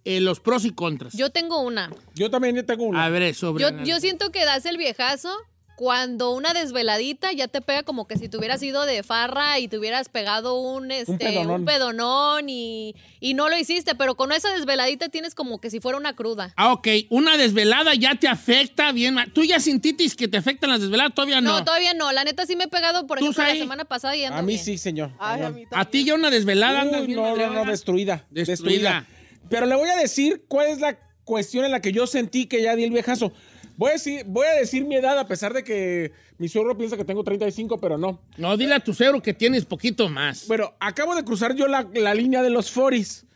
B: eh, los pros y contras.
D: Yo tengo una.
C: Yo también yo tengo una.
B: a ver,
D: Yo,
B: sobre
D: yo siento que das el viejazo cuando una desveladita ya te pega como que si te hubieras ido de farra y te hubieras pegado un, este, un pedonón,
C: pedonón.
D: y, y no lo hiciste, pero con esa desveladita tienes como que si fuera una cruda.
B: Ah, ok. Una desvelada ya te afecta bien. ma- ¿Tú ya sintiste que te afectan las desveladas? Todavía no.
D: No, todavía no. La neta sí me he pegado, por
B: ¿Tú,
D: ejemplo,
B: Saí?
D: la semana pasada y ando
C: a mí
D: bien.
C: sí, señor.
H: Ay, a
C: Perdón.
H: mí
B: A
H: también.
B: ti ya una desvelada
C: Uy,
B: andas bien
C: no, no, no,
B: madreada.
C: destruida,
B: Destruida.
C: destruida. Pero le voy a decir cuál es la cuestión en la que yo sentí que ya di el viejazo. Voy a decir, voy a decir mi edad, a pesar de que mi suegro piensa que tengo 35, pero no.
B: No, dile a tu cero que tienes poquito más.
C: Bueno, acabo de cruzar yo la, la línea de los foris.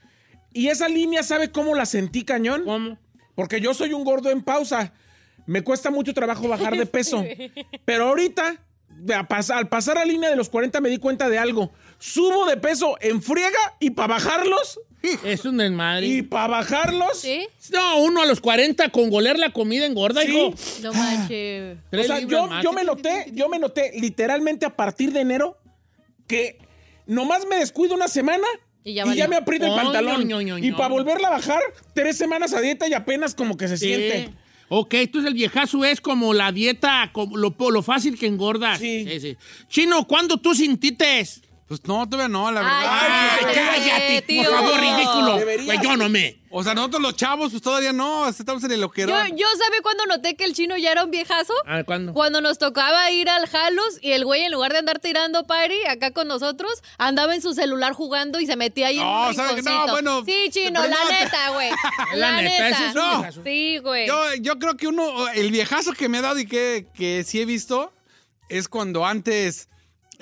C: Y esa línea, ¿sabe cómo la sentí, cañón?
B: ¿Cómo?
C: Porque yo soy un gordo en pausa. Me cuesta mucho trabajo bajar de peso. Pero ahorita a pas- al pasar la línea de los 40 me di cuenta de algo. Subo de peso en friega y para bajarlos.
B: Es un desmadre.
C: Y para bajarlos.
B: No, uno a los 40 con goler la comida engorda,
C: Sí.
B: hijo.
D: No manches.
C: O sea, yo, yo me noté, yo me noté literalmente a partir de enero que nomás me descuido una semana
D: Y
C: y
D: ya
C: ya,
D: valió.
C: me aprieta el
D: Oh,
C: pantalón.
D: ño, ño, ño,
C: Y
D: ño.
C: para volverla a bajar, tres semanas a dieta y apenas como que se
B: Sí.
C: siente.
B: Ok, entonces el viejazo es como la dieta, como lo, lo fácil que engorda. Sí. sí. Chino, ¿cuándo tú sintiste?
E: Pues no, todavía no, la
B: Ay,
E: verdad.
B: Ay, cállate, tío. por favor, ridículo. Deberías. Pues yo no me.
E: O sea, nosotros los chavos, pues todavía no, estamos en el
D: Yo,
E: loquero.
D: yo sabía cuando noté que el chino ya era un viejazo.
B: A ver, ¿cuándo?
D: Cuando nos tocaba ir al Jalus y el güey, en lugar de andar tirando party acá con nosotros, andaba en su celular jugando y se metía ahí. en
E: No,
D: un
E: ¿sabe qué? No,
D: rinconcito.
E: bueno,
D: Sí, chino,
E: pero
D: la
E: no.
D: neta, güey. la, neta.
E: ese es un viejazo.
D: Sí, güey.
E: Yo, yo creo que uno, el viejazo que me ha dado y que, que sí he visto, es cuando antes,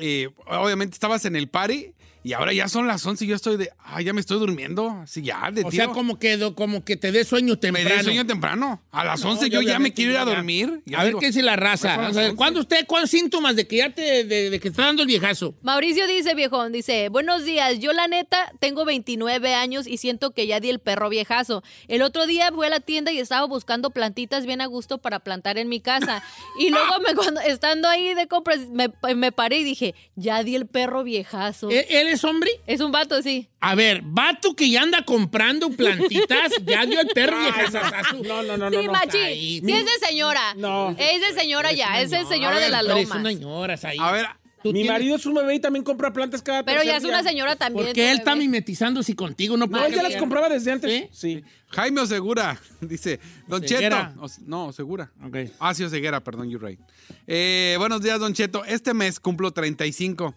E: eh, obviamente estabas en el party y ahora ya son las 11 y yo estoy de, ah, ya me estoy durmiendo. Sí, ya, de
B: O
E: tiro.
B: sea, como que, do- como que te dé sueño temprano.
E: me di sueño temprano. A las
B: No,
E: 11
B: ya
E: yo ya me
B: obviamente
E: quiero ir a
B: ya, ya.
E: dormir. Yo
B: A ver
E: digo,
B: qué dice la
E: ya son
B: raza.
E: las
B: O sea,
E: 11.
B: ¿Cuándo usted, cuáles síntomas de que ya te, de, de que está dando el viejazo?
D: Mauricio dice, viejón, dice, buenos días, yo la neta tengo 29 años y siento que ya di el perro viejazo. El otro día fui a la tienda y estaba buscando plantitas bien a gusto para plantar en mi casa. Y luego me- cuando, estando ahí de compras, me, me paré y dije, ya di el perro viejazo.
B: ¿E- ¿Él es hombre?
D: Es un vato, sí.
B: A ver, vato que ya anda comprando plantitas, ya dio el perro viejazo.
C: No, no, no,
D: sí,
C: no. no.
D: machín.
B: ahí,
D: Sí, es de señora.
C: No.
D: Es de señora ya, es de señora
B: A ver,
D: de la
B: pero Es
D: loma.
B: una señora, ahí.
E: A ver,
B: Tú
C: Mi
B: tienes-
C: marido es un bebé y también compra plantas cada
D: Pero ya
C: tercer
D: es una
C: día.
D: señora también.
B: Porque él
D: bebé.
B: está mimetizándose contigo, no
C: No, él ya las compraba desde antes.
B: ¿Sí?
C: Sí.
E: Jaime Osegura dice, Don
B: Ceguera.
E: Cheto. Os- no, Osegura. Ah, sí, Oseguera, perdón, you're right. Eh, buenos días, Don Cheto. Este mes cumplo 35.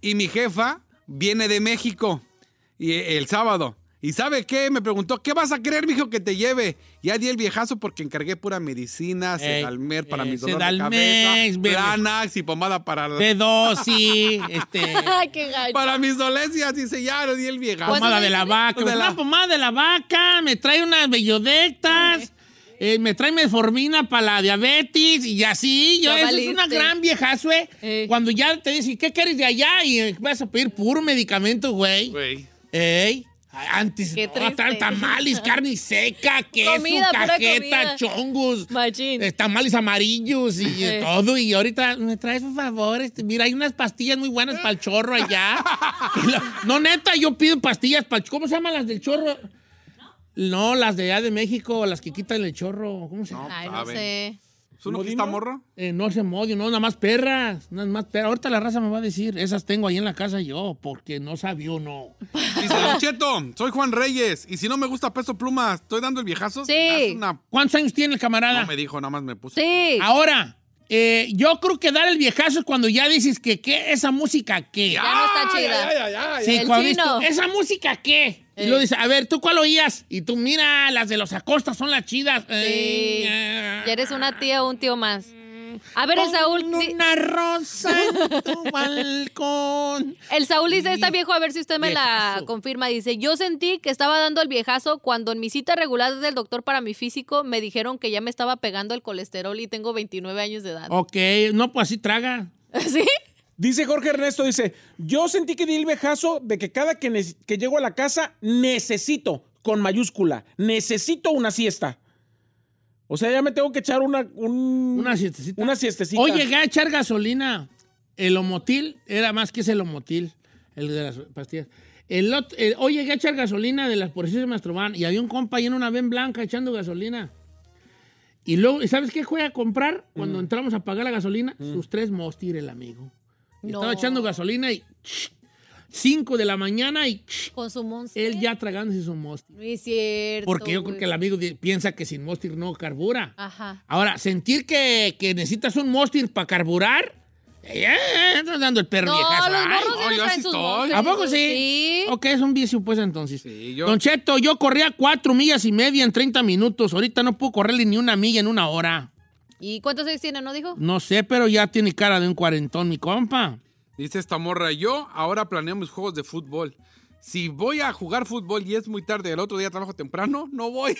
E: Y mi jefa viene de México y, eh, el sábado. ¿Y sabe qué? Me preguntó, ¿qué vas a querer, mijo, que te lleve? Ya di el viejazo porque encargué pura medicina,
B: Ey,
E: sedalmer para
B: eh,
E: mi dolor
B: Sedalmex,
E: de
B: bebé.
E: cabeza, Xanax y pomada para... la-
B: De dos, sí. Este,
D: Ay, qué gacho.
E: Para mis dolencias, dice, ya lo di el viejazo.
D: Pues,
B: pomada de la vaca.
E: De la-
B: Una pomada de la vaca, me trae unas bellodectas, eh, me trae metformina para la diabetes y así. Yo,
D: Ya
B: eso es
D: valiste.
B: una gran viejazo, eh.
D: Ey.
B: Cuando ya te dicen, ¿qué quieres de allá? Y eh, vas a pedir puro medicamento, güey.
E: Güey.
B: Ey. Antes,
D: Qué
B: no,
D: triste.
B: tan- tamales, carne seca, queso,
D: Comida, pura comida.
B: cajeta, chongus.
D: Machín.
B: Eh, tamales amarillos y
D: Eh.
B: todo. Y ahorita, ¿me traes por favor? Este, mira, hay unas pastillas muy buenas para el chorro allá. Y la- no, neta, yo pido pastillas para ¿Cómo se llaman las del chorro? No, las de allá de México, las que quitan el chorro. ¿Cómo se llama?
D: Ay, no
E: Saben.
D: sé.
E: ¿Es uno que está morro?
B: Eh, no se modio, no, nada más perras. Nada más perras. Ahorita la raza me va a decir, esas tengo ahí en la casa yo, porque no sabía no.
E: Dice Don Cheto, soy Juan Reyes y si no me gusta peso pluma, ¿estoy dando el viejazo?
D: Sí.
E: Haz una-
B: ¿Cuántos años tiene el camarada?
E: No me dijo, nada más me puso.
D: Sí.
B: Ahora, eh, yo creo que dar el viejazo es cuando ya dices que qué, esa música qué.
D: Ya no está
E: Ay,
D: chida.
E: ay, ay, ay,
B: Sí,
D: El
B: cuando
D: chino.
B: dices tú, ¿esa música qué?
D: Eh.
B: Y luego dice, a ver, ¿tú cuál oías? Y tú, mira, las de los Acosta son las chidas.
D: Sí.
B: Ay, ah.
D: Ya eres una tía o un tío más. A ver, el Saúl.
B: Pon
D: di-
B: Una rosa en tu balcón.
D: El Saúl dice,
B: Sí.
D: está viejo, a ver si usted me la
B: Viejazo.
D: confirma. Dice, yo sentí que estaba dando el viejazo cuando en mi cita regular del doctor para mi físico me dijeron que ya me estaba pegando el colesterol y tengo 29 años de edad.
B: Ok, no, pues así traga.
D: ¿Sí?
C: Dice Jorge Ernesto, dice, yo sentí que di el vejazo de que cada que, nec- que llego a la casa necesito, con mayúscula, necesito una siesta. O sea, ya me tengo que echar una, un-
B: Una siestecita.
C: una siestecita.
B: Hoy llegué a echar gasolina. El homotil era más que ese el homotil, el de las pastillas. El ot- el- hoy llegué a echar gasolina de las por sí se masturban y había un compa ahí en una ven blanca echando gasolina. Y luego, ¿y ¿sabes qué fue a comprar cuando
D: Mm.
B: entramos a pagar la gasolina? Sus tres mostir, el amigo. Y
D: No.
B: Estaba echando gasolina y 5 de la mañana y
D: Con su monster.
B: él ya tragándose su mostir.
D: No es cierto.
B: Porque yo creo
D: güey.
B: que el amigo di- piensa que sin mostir no carbura.
D: Ajá.
B: Ahora, sentir que, que necesitas un monster para carburar, eh, eh, andas dando el perro
D: No,
B: viejazo.
D: los
B: Ay,
D: morros
E: no,
D: ya no
E: yo
D: traen
E: sí
D: sus
E: estoy.
D: monsters.
B: ¿A poco sí?
D: Sí.
B: Ok, es un vicio, pues entonces.
E: Sí, yo-
B: Don Cheto, yo corría cuatro millas y media en 30 minutos. Ahorita no puedo correrle ni una milla en una hora.
D: ¿Y cuántos años tiene, no dijo?
B: No sé, pero ya tiene cara de un cuarentón, mi compa.
E: Dice esta morra, yo ahora planeo mis juegos de fútbol. si voy a jugar fútbol y es muy tarde, el otro día trabajo temprano, no voy.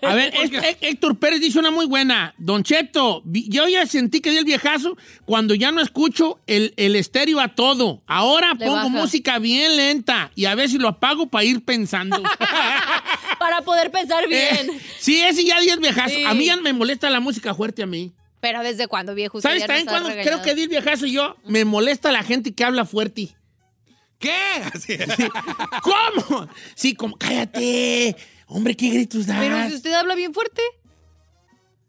B: A ver, Hé- Héctor Pérez dice una muy buena. Don Cheto, vi- yo ya sentí que di el viejazo cuando ya no escucho el, el estéreo a todo. Ahora
D: Le
B: pongo
D: baja.
B: música bien lenta y a ver si lo apago para ir pensando.
D: Para poder pensar bien.
B: Eh, sí, ese ya di el viejazo.
D: Sí.
B: A mí ya me molesta la música fuerte a mí.
D: Pero desde cuándo, viejo. Usted
B: ¿Sabes
D: ya
B: también
D: nos ha
B: cuando creo
D: regañado.
B: que di el viejazo yo? Me molesta la gente que habla fuerte.
E: ¿Qué?
B: ¿Cómo? Sí, como, cállate. Hombre, qué gritos das.
D: Pero si usted habla bien fuerte.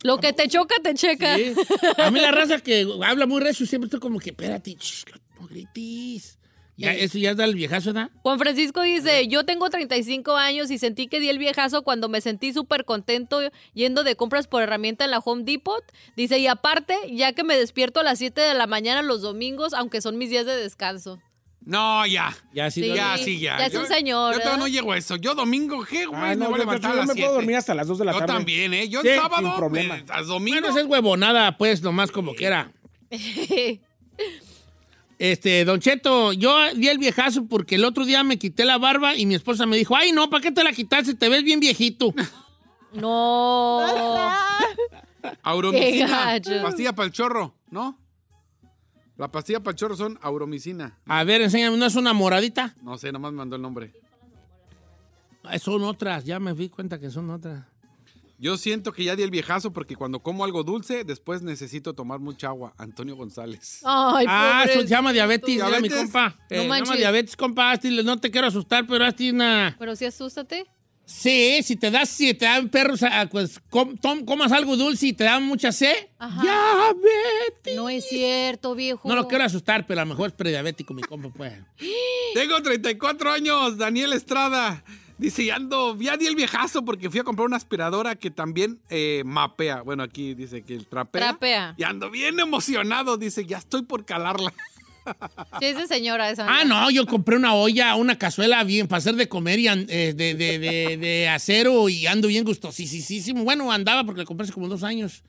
D: Lo que te choca, te checa.
B: Sí. A mí la raza que habla muy recio siempre estoy como que, espérate, shh, no grites. Ya, eso ya da el viejazo, ¿da?
D: Juan Francisco dice, yo tengo 35 años y sentí que di el viejazo cuando me sentí súper contento yendo de compras por herramienta en la Home Depot. Dice, y aparte, ya que me despierto a las 7 de la mañana los domingos, aunque son mis días de descanso.
E: No, ya.
B: Ya
D: sí,
E: ya,
D: sí.
E: sí, ya.
D: Ya es
E: Yo-
D: un señor, ¿eh?
E: Yo
D: ¿verdad?
E: todavía no llego a eso. Yo domingo, ¿qué, güey?
C: Ah,
E: me
C: no,
E: voy a
C: yo, creo que
E: levantar a
C: yo
E: las
C: me puedo
E: siete.
C: dormir hasta las 2 de la
E: Yo
C: tarde.
E: también, ¿eh? Yo
C: Sí,
E: el sábado,
C: Sin problema.
E: me- a domingo.
B: Bueno, esa es huevonada, pues, nomás como quiera. Este, Don Cheto, yo di el viejazo porque el otro día me quité la barba y mi esposa me dijo, ay, no, ¿para qué te la quitaste? Te ves bien viejito.
D: No. Qué
E: Auromicina.
D: gacho.
E: Pastilla para el chorro, ¿no? La pastilla para el chorro son auromicina.
B: A ver, enséñame, ¿no es una moradita?
E: No sé, nomás me mandó el nombre.
B: Ah, Son otras, ya me di cuenta que son otras.
E: Yo siento que ya di el viejazo porque cuando como algo dulce, después necesito tomar mucha agua. Antonio González.
D: Ay,
B: ah, eso se
D: pobrecito.
B: llama diabetes, ya, mi
E: ¿Diabetes?
B: compa.
E: No
B: Eh, se llama
D: manches.
B: diabetes, compa. Asti, no te quiero asustar, pero hazte una...
D: Pero sí, asústate.
B: Sí, si te das, si te dan perros, ah, pues com- tom- comas algo dulce y te dan mucha sed.
D: Ajá.
B: Ya, vete.
D: No es cierto, viejo.
B: No lo quiero asustar, pero a lo mejor es prediabético, mi compa, pues.
E: Tengo 34 años, Daniel Estrada. Dice, ya ando, ya di el viejazo porque fui a comprar una aspiradora que también eh, mapea. Bueno, aquí dice que el trapea.
D: Trapea.
E: Y ando bien emocionado, dice, ya estoy por calarla.
D: Sí, es de señora esa.
B: Ah, no, yo compré una olla, una cazuela bien para hacer de comer y an- eh, de, de- de- de acero y ando bien gustosísimo. Bueno, andaba porque la compré hace como dos años.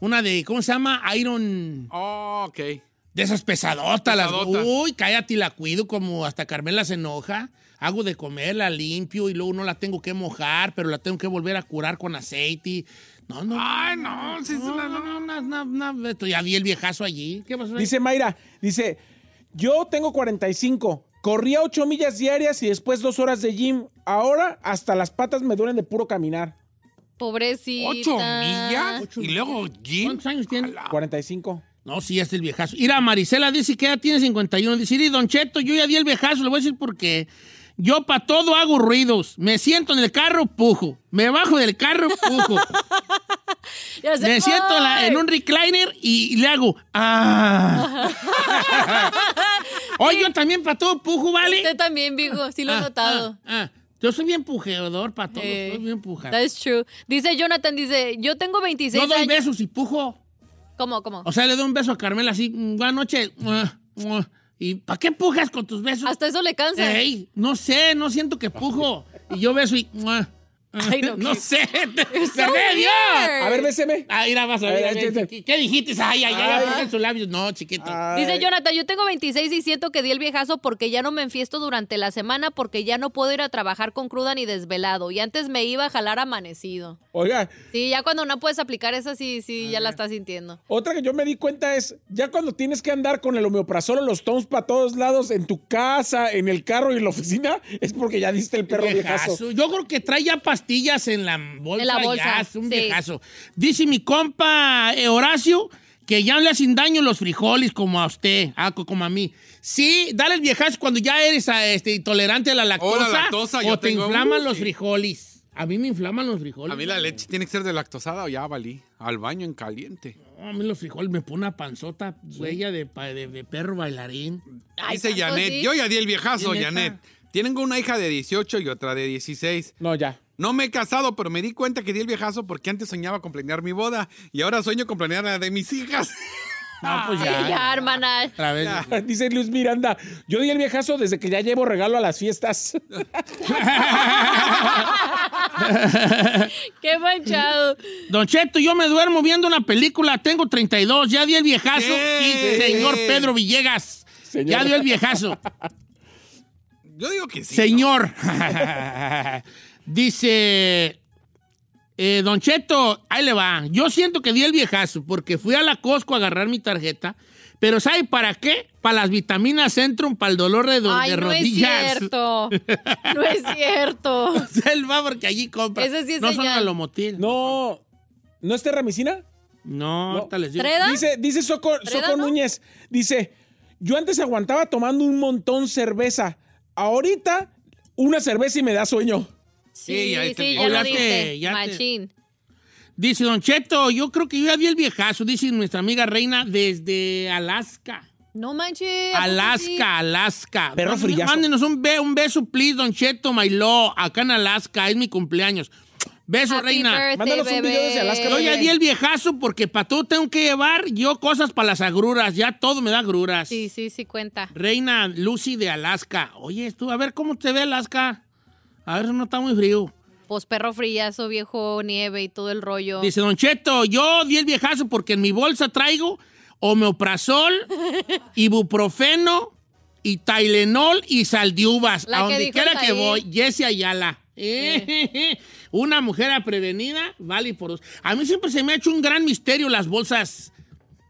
B: Una de, ¿cómo se llama? Iron.
E: Oh, ok.
B: De esas pesadotas. Las,
E: Pesadota.
B: uy, cállate y la cuido como hasta Carmela se enoja. Hago de comer, la limpio y luego no la tengo que mojar, pero la tengo que volver a curar con aceite. y- No, no.
E: Ay, no, sí, es una-
B: no, no, no, no, no, no, esto ya vi el viejazo allí. ¿Qué pasó? ahí?
C: Dice Mayra, dice, yo tengo 45, corría 8 millas diarias y después 2 horas de gym. Ahora hasta las patas me duelen de puro caminar.
D: Pobrecita.
E: ¿Ocho millas?
B: Ocho
E: y luego Jim.
B: ¿Cuántos años tiene?
C: 45.
B: No, sí, este es el viejazo. Mira, Marisela dice que ya tiene 51. Dice, "Iri, Don Cheto, yo ya di el viejazo. Le voy a decir por qué. Yo para todo hago ruidos. Me siento en el carro, pujo. Me bajo del carro, pujo.
D: Ya sé-
B: Me siento en, la-
D: ¡Ay!
B: en un recliner y le hago. ¡Ah! Oye, yo también para todo pujo, ¿vale?
D: Usted también, viejo. Sí lo he
B: Ah,
D: notado.
B: ah, ah. Yo soy bien pujeador para todo.
D: Eh,
B: soy bien pujador.
D: That's true. Dice Jonathan, dice, yo tengo 26
B: No doy
D: años.
B: besos y pujo.
D: ¿Cómo, cómo?
B: O sea, le doy un beso a Carmela así. mm, Buenas noches. mua, mua. ¿Y para qué pujas con tus besos?
D: Hasta eso le cansa.
B: Ey, no sé, no siento que pujo. Y yo beso y. mua,
D: Ay, no,
B: no
D: qué-
B: sé.
D: It's so
B: ¡Se ve Dios!
D: weird.
C: A ver, béseme.
B: Ah, mira, vas a ver.
C: Ay,
B: a ver,
C: ay,
B: ¿Qué qué dijiste? Ay, ay, ay,
C: Ay.
B: en sus labios. No, chiquito.
D: Dice Jonathan, yo tengo 26 y siento que di el viejazo porque ya no me enfiesto durante la semana porque ya no puedo ir a trabajar con cruda ni desvelado. Y antes me iba a jalar amanecido.
C: Oiga,
D: Sí, ya cuando no puedes aplicar esa, sí, sí, ya la estás sintiendo.
C: otra que yo me di cuenta es, ya cuando tienes que andar con el homeoprazol o los toms para todos lados, en tu casa, en el carro y en la oficina, es porque ya diste el perro viejazo.
B: Viejazo. Yo creo que trae ya pastillas en la bolsa.
D: En la bolsa,
B: ya, es un
D: sí.
B: viejazo. Dice mi compa eh, Horacio que ya no le hacen daño los frijoles como a usted, ah, co- como a mí. Sí, dale el viejazo cuando ya eres ah, este, intolerante a la lactosa.
E: lactosa, yo
B: o te
E: tengo-
B: inflaman
E: Uh,
B: los
E: sí.
B: frijoles. A mí me inflaman los frijoles.
E: A mí la leche tiene que ser de lactosada o ya valí. Al baño en caliente.
B: No, a mí los frijoles me pone una panzota huella de, pa- de- de perro bailarín.
D: Ay,
E: Dice
D: tanto
E: Janet,
D: sí.
E: yo ya di el viejazo,
B: Sí, neta.
E: Janet. Tengo una hija de 18 y otra de 16.
C: No, ya.
E: No me he casado, pero me di cuenta que di el viejazo porque antes soñaba con planear mi boda y ahora sueño con planear la de mis hijas.
B: No, pues
D: Sí,
B: ya.
D: ya, hermana.
B: Otra vez.
C: Dice Luis Miranda, yo di el viejazo desde que ya llevo regalo a las fiestas.
D: Qué manchado.
B: Don Cheto, yo me duermo viendo una película, tengo 32, ya di el viejazo.
E: Sí.
B: Y señor Pedro Villegas,
C: Señor.
B: ya dio el viejazo.
E: Yo digo que sí.
B: Señor. Dice. eh, don Cheto, ahí le va. Yo siento que di el viejazo porque fui a la Costco a agarrar mi tarjeta. Pero ¿sabe para qué? Para las vitaminas Centrum, para el dolor de, do-
D: Ay,
B: de
D: no es
B: rodillas.
D: cierto. No es cierto.
B: Él va porque allí compra.
D: Ese sí es
B: no son
D: señal.
B: alomotil.
C: No. ¿No es terramicina?
B: No, ahorita les digo.
D: ¿Treda?
C: Dice, dice Soco,
D: ¿Treda,
C: Soco
D: no?
C: Núñez, dice, yo antes aguantaba tomando un montón cerveza, ahorita una cerveza y me da sueño.
D: Sí,
B: ahí
D: sí,
B: te
D: sí,
B: digo.
D: ya lo
B: Ya te-
D: diste.
B: ya te-
D: Machín.
B: Dice Don Cheto, yo creo que yo ya vi el viejazo, dice nuestra amiga Reina desde Alaska.
D: No manches. ¿a poco sí?
B: Alaska, Alaska.
C: Perro
B: Mándenos-
C: frillazo.
B: Mándenos un, be- un beso, please, Don Cheto, my love, acá en Alaska, es mi cumpleaños. Beso,
D: Happy
B: Reina.
D: birthday,
C: Mándanos un video desde Alaska,
B: Yo
D: bebé.
B: ya di el viejazo porque para todo tengo que llevar yo cosas para las agruras, ya todo me da agruras.
D: Sí, sí, sí, cuenta.
B: Reina Lucy de Alaska. Oye, tú, a ver cómo te ve Alaska. A ver, no está muy frío.
D: Pues perro frillazo, viejo, nieve y todo el rollo.
B: Dice Don Cheto, yo di el viejazo porque en mi bolsa traigo homeoprazol, ibuprofeno y Tylenol y sal de uvas.
D: La
B: a
D: que
B: donde
D: dijo
B: quiera que
D: Isaí.
B: voy, Jessie Ayala. Eh, Una mujer aprevenida vale por dos. A mí siempre se me ha hecho un gran misterio las bolsas,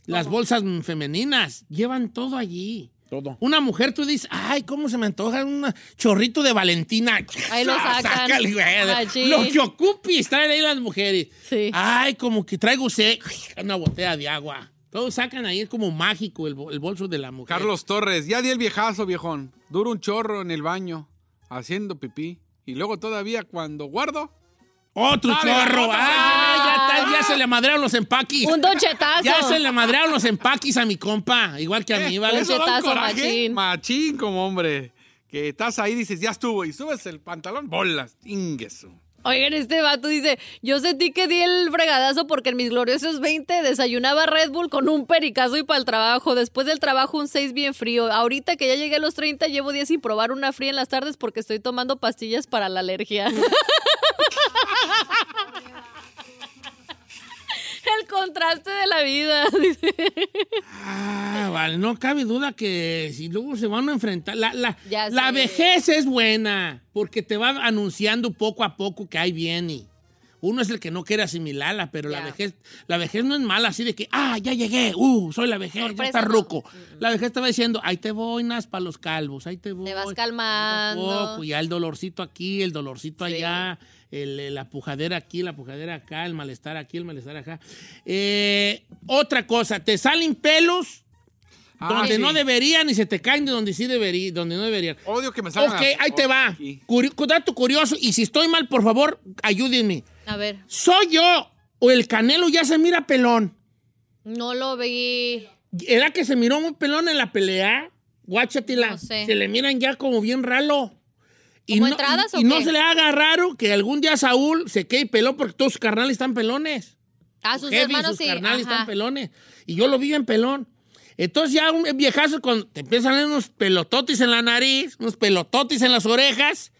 B: las bolsas femeninas. Llevan todo allí.
C: Todo.
B: Una mujer, tú dices, ay, cómo se me antoja un chorrito de Valentina. Ah,
D: Ahí lo sacan.
B: Sácale, güey.
D: Machín.
B: Lo que ocupes traen ahí las mujeres.
D: Sí.
B: Ay, como que traigo sed. Una botella de agua. Todos sacan ahí, es como mágico el, bo- el bolso de la mujer.
E: Carlos Torres, ya di el viejazo, viejón. Duro un chorro en el baño, haciendo pipí. Y luego todavía cuando guardo.
B: Otro
E: Dale,
B: chorro.
E: vamos,
B: Ay, ya, está, ya se le madrearon los empaquis.
D: Un donchetazo.
B: Ya se le madrearon los empaquis a mi compa. Igual que a mí, ¿vale?
D: un
E: Eh, Eso da un
D: chetazo,
E: coraje,
D: machín.
E: Machín como hombre. Que estás ahí, dices, ya estuvo. Y subes el pantalón, bolas. Ingueso.
D: Oigan, este vato dice, yo sentí que di el fregadazo porque en mis gloriosos 20 desayunaba Red Bull con un pericazo y para el trabajo. Después del trabajo un 6 bien frío. Ahorita que ya llegué a los 30 llevo 10 sin probar una fría en las tardes porque estoy tomando pastillas para la alergia. el contraste de la vida. dice.
B: Ah, vale, no cabe duda que si luego se van a enfrentar. La, la,
D: Ya
B: la
D: sé.
B: vejez es buena, porque te va anunciando poco a poco que ahí viene. Uno es el que no quiere asimilarla, pero la
D: Ya.
B: vejez, la vejez no es mala, así de que, ah, ya llegué, uh, soy la vejez, ya
D: Sorpresa,
B: está
D: ¿no?
B: ruco. La vejez te va diciendo, ahí te voy, nas, para los calvos, ahí te voy.
D: Te vas
B: poco a
D: calmando.
B: poco, ya el dolorcito aquí, el dolorcito
D: Sí.
B: allá, el- el- la pujadera aquí, la pujadera acá, el malestar aquí, el malestar acá. Eh, otra cosa, te salen pelos
E: Ah,
B: donde
E: sí.
B: no deberían y se te caen de donde sí deberían, donde no deberían.
E: Odio que me salgan
B: Ok,
E: las-
B: ahí te va.
E: aquí.
B: Curio- dato curioso, y si estoy mal, por favor, ayúdenme.
D: A ver,
B: ¿Soy yo o el canelo ya se mira pelón?
D: no lo vi.
B: ¿Era que se miró muy pelón en la pelea? Guáchatela.
D: No sé.
B: Se le miran ya como bien ralo. Y
D: ¿Como
B: no,
D: entradas
B: y,
D: o
B: y no
D: qué?
B: se le haga raro que algún día Saúl se quede pelón porque todos sus carnales están pelones.
D: A Ah, sus
B: Heavy,
D: hermanos
B: sus
D: sí.
B: carnales
D: ajá.
B: están pelones. Y yo lo vi en pelón. Entonces ya un viejazo cuando te empiezan a ver unos pelototis en la nariz, unos pelototis en las orejas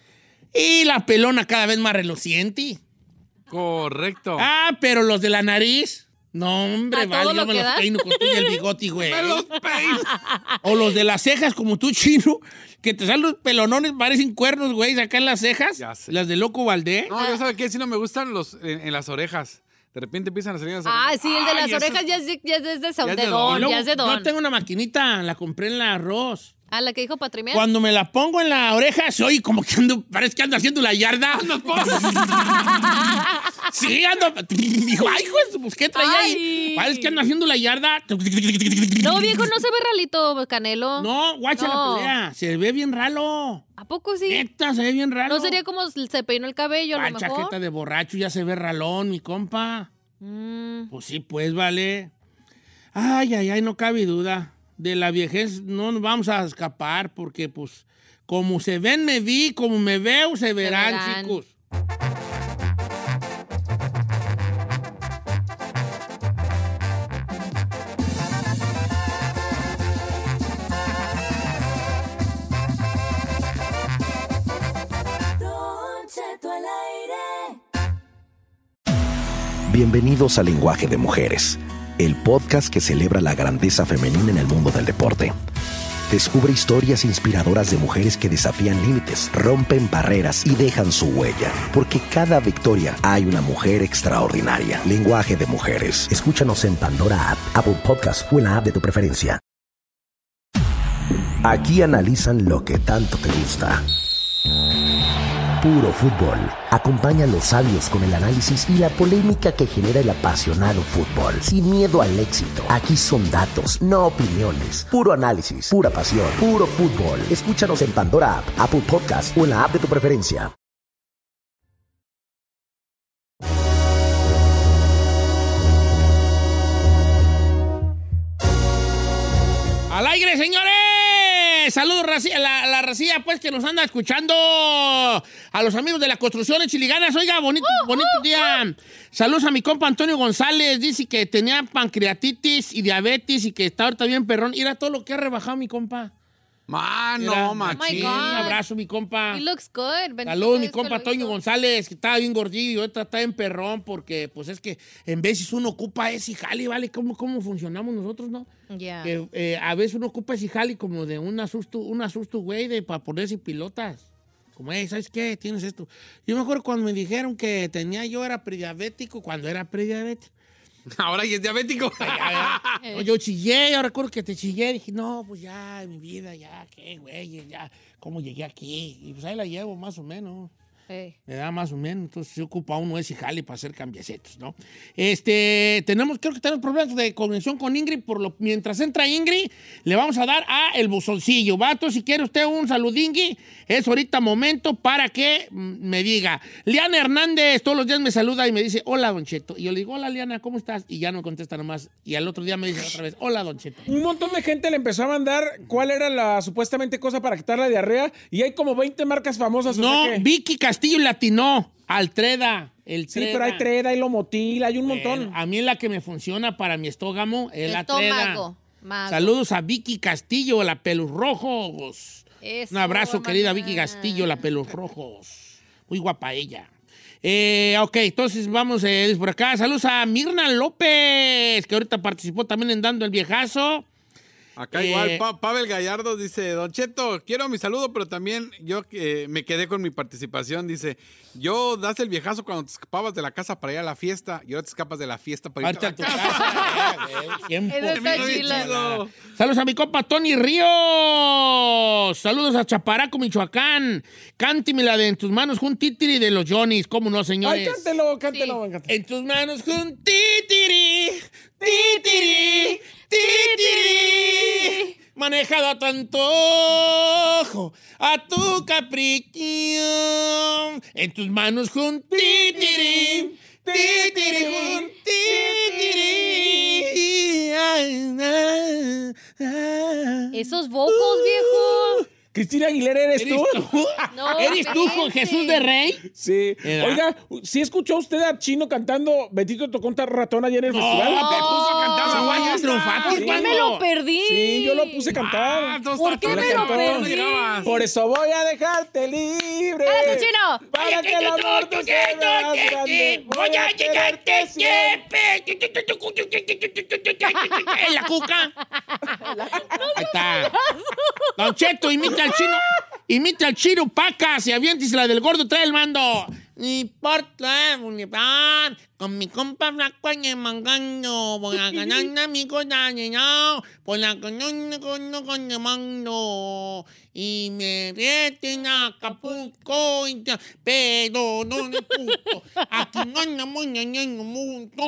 B: y la pelona cada vez más reluciente.
E: Correcto.
B: Ah, pero los de la nariz, no hombre,
D: ¿A todo
B: vale, yo
D: lo
B: me
D: que
B: los
D: da?
B: peino con tú y el bigote, güey.
E: Me los peino.
B: O los de las cejas como tú, chino, que te salen los pelonones, parecen cuernos, güey, acá en las cejas.
E: Ya sé.
B: Las de Loco Valdés.
E: No, yo sabes que si no me gustan los en, en las orejas. De repente empiezan a salir las
D: Ah,
E: orejas.
D: sí, el de
E: Ay,
D: las
E: eso es-
D: orejas ya es de, ya es de- de
E: es de
D: don,
E: don.
B: Y luego,
D: ya es de
B: yo
D: don.
B: tengo una maquinita, la compré en la arroz.
D: A la que dijo Patrimear.
B: ¿Eh? Cuando me la pongo en la oreja, soy como que ando, parece que ando haciendo la yarda. sí, ando. Dijo, ay, pues, pues, ¿qué traía ahí?
D: Ay.
B: Parece que ando haciendo la yarda.
D: No, viejo, no se ve ralito, Canelo.
B: No, guacha
D: No.
B: la pelea. Se ve bien ralo.
D: ¿A poco sí?
B: Neta, se ve bien ralo.
D: No sería como se peinó el cabello, a
B: Ah,
D: lo mejor.
B: chaqueta de borracho, ya se ve ralón, mi compa.
D: Mm,
B: Pues sí, pues, vale. Ay, ay, ay, no cabe duda. De la viejez no nos vamos a escapar porque, pues, como se ven, me vi, como me veo, se verán,
D: verán.
B: chicos.
F: Don Cheto al aire.
I: Bienvenidos a Lenguaje de Mujeres, el podcast que celebra la grandeza femenina en el mundo del deporte. Descubre historias inspiradoras de mujeres que desafían límites, rompen barreras y dejan su huella. Porque cada victoria hay una mujer extraordinaria. Lenguaje de mujeres. Escúchanos en Pandora App, Apple Podcast o en la app de tu preferencia. Aquí analizan lo que tanto te gusta. Puro fútbol. Acompaña a los sabios con el análisis y la polémica que genera el apasionado fútbol. Sin miedo al éxito. Aquí son datos, no opiniones. Puro análisis, pura pasión, puro fútbol. Escúchanos en Pandora App, Apple Podcast o en la app de tu preferencia.
B: ¡Al aire, señores! Eh, Saludos, raci- la, la racía, pues, que nos anda escuchando. A los amigos de las construcciones chiliganas. Oiga, bonito,
D: Uh,
B: bonito día. Saludos a mi compa Antonio González. Dice que tenía pancreatitis y diabetes y que está ahorita bien perrón. Mira todo lo que ha rebajado mi compa.
E: Mano,
D: Oh
E: machín.
B: Un abrazo, mi compa.
D: He looks good. Bendito
B: Saludos, mi
D: Dios que
B: compa
D: pues, lo
B: Toño
D: hizo.
B: González, que estaba bien gordillo y ahorita está en perrón, porque pues es que en veces uno ocupa ese jale, ¿vale? ¿Cómo, cómo funcionamos nosotros, no?
D: Ya.
B: Que, eh, a veces uno ocupa ese jale como de un asusto, un asusto, güey, de para ponerse pilotas. Como, "Ey, ¿sabes qué? Tienes esto. Yo me acuerdo cuando me dijeron que tenía yo era prediabético, cuando era prediabético.
E: Ahora ya es diabético.
B: No, yo chillé, yo recuerdo que te chillé, dije, no, pues ya, mi vida, ya, qué, güey, ya, cómo llegué aquí. Y pues ahí la llevo, más o menos.
D: Ey.
B: Me da más o menos, entonces se ocupa uno ese jale para hacer cambiacetos, ¿no? Este, tenemos, creo que tenemos problemas de conexión con Ingrid, por lo, mientras entra Ingrid, le vamos a dar a el buzoncillo, vato, si quiere usted un saludingui, es ahorita momento para que mm, me diga. Liana Hernández todos los días me saluda y me dice, hola, Don Cheto, y yo le digo, hola, Liana, ¿cómo estás? Y ya no contesta nomás, y al otro día me dice otra vez, hola, Don Cheto.
C: Un montón de gente le empezó a mandar cuál era la supuestamente cosa para quitar la diarrea y hay como 20 marcas famosas.
B: No, Vicky Castillo latinó al Treda. El
C: Sí, pero hay Treda, hay Lomotil, hay un montón.
B: A mí es la que me funciona para mi estógamo es la Treda.
D: Estómago. Ah, Mago.
B: Saludos a Vicky Castillo, la Pelus Rojos.
D: Eso,
B: Un abrazo,
D: mamá.
B: querida Vicky Castillo, la Pelus Rojos. Muy guapa ella. Eh, ok, entonces vamos eh, por acá. Saludos a Mirna López, que ahorita participó también en Dando el Viejazo.
E: Acá
B: Eh,
E: igual, Pa- Pavel Gallardo dice, Don Cheto, quiero mi saludo, pero también yo eh, me quedé con mi participación. Dice, yo das el viejazo cuando te escapabas de la casa para ir a la fiesta y ahora te escapas de la fiesta para ir a la
B: Parte a eh,
E: casa.
B: Tiempo.
D: Eso está chila.
B: Saludos a mi compa Tony Ríos. Saludos a Chaparaco, Michoacán. Cántimela de en tus manos un títiri de los Johnnys. ¿Cómo no,
C: Ay,
B: señores?
C: cántelo, cántelo. venga.
B: En tus manos un títiri, títiri, títiri. Manejado a tu antojo, a tu capricho. En tus manos un títiri, títiri, un títiri. Ay, ay, ay.
D: Esos vocals, viejo.
C: Cristina Aguilera, ¿eres tú?
D: No,
B: Uh, ¿Eres tú con
D: espérate.
B: Jesús de Rey?
C: Sí.
B: Era.
C: Oiga, ¿sí escuchó usted a Chino cantando Betito tocó un ratón ayer en el festival?
B: Pues, te puso Ah, a cantar
C: No.
B: Zaguayas Triunfantes,
D: ¿Por qué
B: ¿cuándo?
D: me lo perdí?
C: Sí, yo lo puse a
B: Ah,
C: cantar.
D: ¿Por qué
C: Yo la
D: me lo
C: cantaba.
D: perdí?
C: Por eso voy a dejarte libre.
D: ¡Cállate, Chino!
C: Para que el amor
B: pues
C: te sea más grande.
B: Voy a llegarte siempre. En la cuca. Ahí está. Don Cheto, imita al chino. Imita al chino, paca. Se avientes la del gordo, trae el mando. Ni porta, Boulevard, con mi compa flaco en el mangando, por la gananda mi cosa llenado, por la gananda con no con el mando, y me reten a Acapulco, y ya, pero no le puto, aquí no andamos ñañando mucho.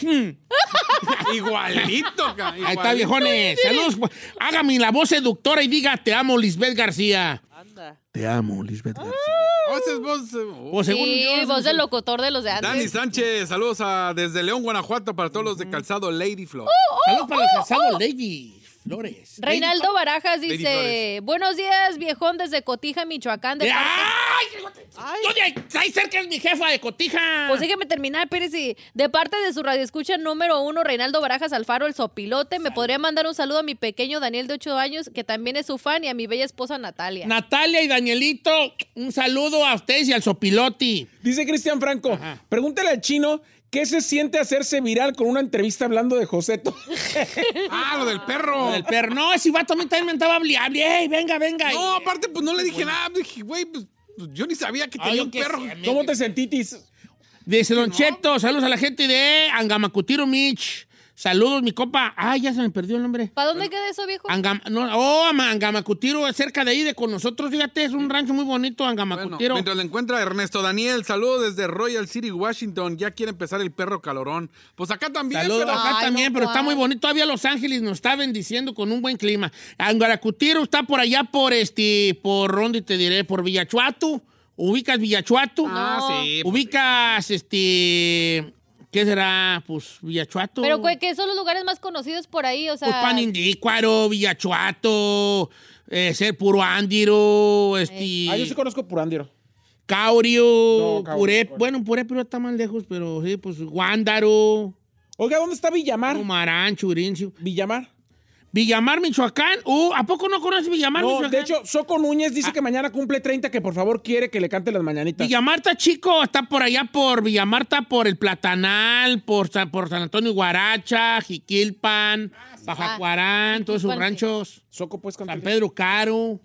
B: Hmm.
E: Igualito, ca-
B: Ahí está,
E: igualito.
B: viejones. Saludos. pues. Hágame la voz seductora y diga, te amo, Lisbeth García.
H: Anda.
B: Te amo, Lisbeth García.
E: Oh, ese es vos, eh, oh.
B: Pues según
D: Sí,
B: yo,
D: voz del locutor de los de
E: Dani
D: antes.
E: Sánchez, saludos a- desde León, Guanajuato, para todos los de calzado Lady Flow.
B: Saludos para el
E: oh,
B: casado, Lady Flores.
D: Reinaldo Barajas
E: Lady
D: dice,
E: Flores.
D: buenos días, viejón, desde Cotija, Michoacán. De
B: Lady-
D: parte-
B: ¡Ay! Yo de ahí, ahí cerca es mi jefa de cotija.
D: Pues déjeme terminar, Pérez. De parte de su radioescucha número uno, Reinaldo Barajas Alfaro, el sopilote, me podría mandar un saludo a mi pequeño Daniel de 8 años, que también es su fan, y a mi bella esposa Natalia.
B: Natalia y Danielito, un saludo a ustedes y al Sopiloti.
C: Dice Cristian Franco, pregúntale al chino ¿Qué se siente hacerse viral con una entrevista hablando de Joseto?
E: Ah, lo del perro.
B: Lo del perro. No, ese vato a mí también me andaba hablando. ¡Ey, venga, venga!
E: No, aparte, pues no le dije nada. Dije, güey, pues yo ni sabía que
B: Ah,
E: tenía
B: yo
E: un
B: qué
E: perro.
B: sé,
C: ¿Cómo te sentís?
B: Dice Don Cheto, saludos a la gente de Angamacutiro Mich. Saludos, mi copa. Ay, ya se me perdió el nombre.
D: ¿Para dónde queda eso, viejo?
B: Angam- no, oh, Ama- Angamacutiro, es cerca de ahí de con nosotros. Fíjate, es un rancho muy bonito,
E: Bueno,
B: Angamacutiro.
E: mientras lo encuentra Ernesto Daniel, saludos desde Royal City, Washington. Ya quiere empezar el perro calorón. Pues acá también.
B: Saludos Ah,
E: pero-
B: acá también, pero está muy bonito. Todavía Los Ángeles nos está bendiciendo con un buen clima. Angaracutiro está por allá, por este, por dónde te diré, por Villachuato. ¿Ubicas Villachuato?
E: Ah, No. sí, pues
B: ¿Ubicas este. ¿Qué será? Pues Villachuato.
D: Pero güey, que son los lugares más conocidos por ahí, o sea.
B: Pues Panindícuaro, Villachuato, eh, ser puro Ándiro, este.
C: Ah, yo sí conozco Purándiro.
B: Caurio,
C: No, Caurio,
B: Puré.
C: Caurio.
B: Bueno, Puré, pero está más lejos, pero sí, pues Guándaro.
C: Oiga, ¿dónde está Villamar?
B: Marán, Churincio.
C: Villamar.
B: Villamar, Michoacán. Uh, ¿A poco no conoces Villamar,
C: No,
B: Michoacán? Ah.
C: de hecho, Soco Núñez dice que mañana cumple 30, que por favor quiere que le cante las mañanitas.
B: Villamar está chico, está por allá por Villamar, está por el Platanal, por San, por San Antonio Guaracha, Jiquilpan,
C: Ah,
B: Pajacuarán, todos sus
D: Jiquilpan, sí.
B: ranchos.
C: Soco, pues Mm.
B: San
C: cantar.
B: Pedro Caro.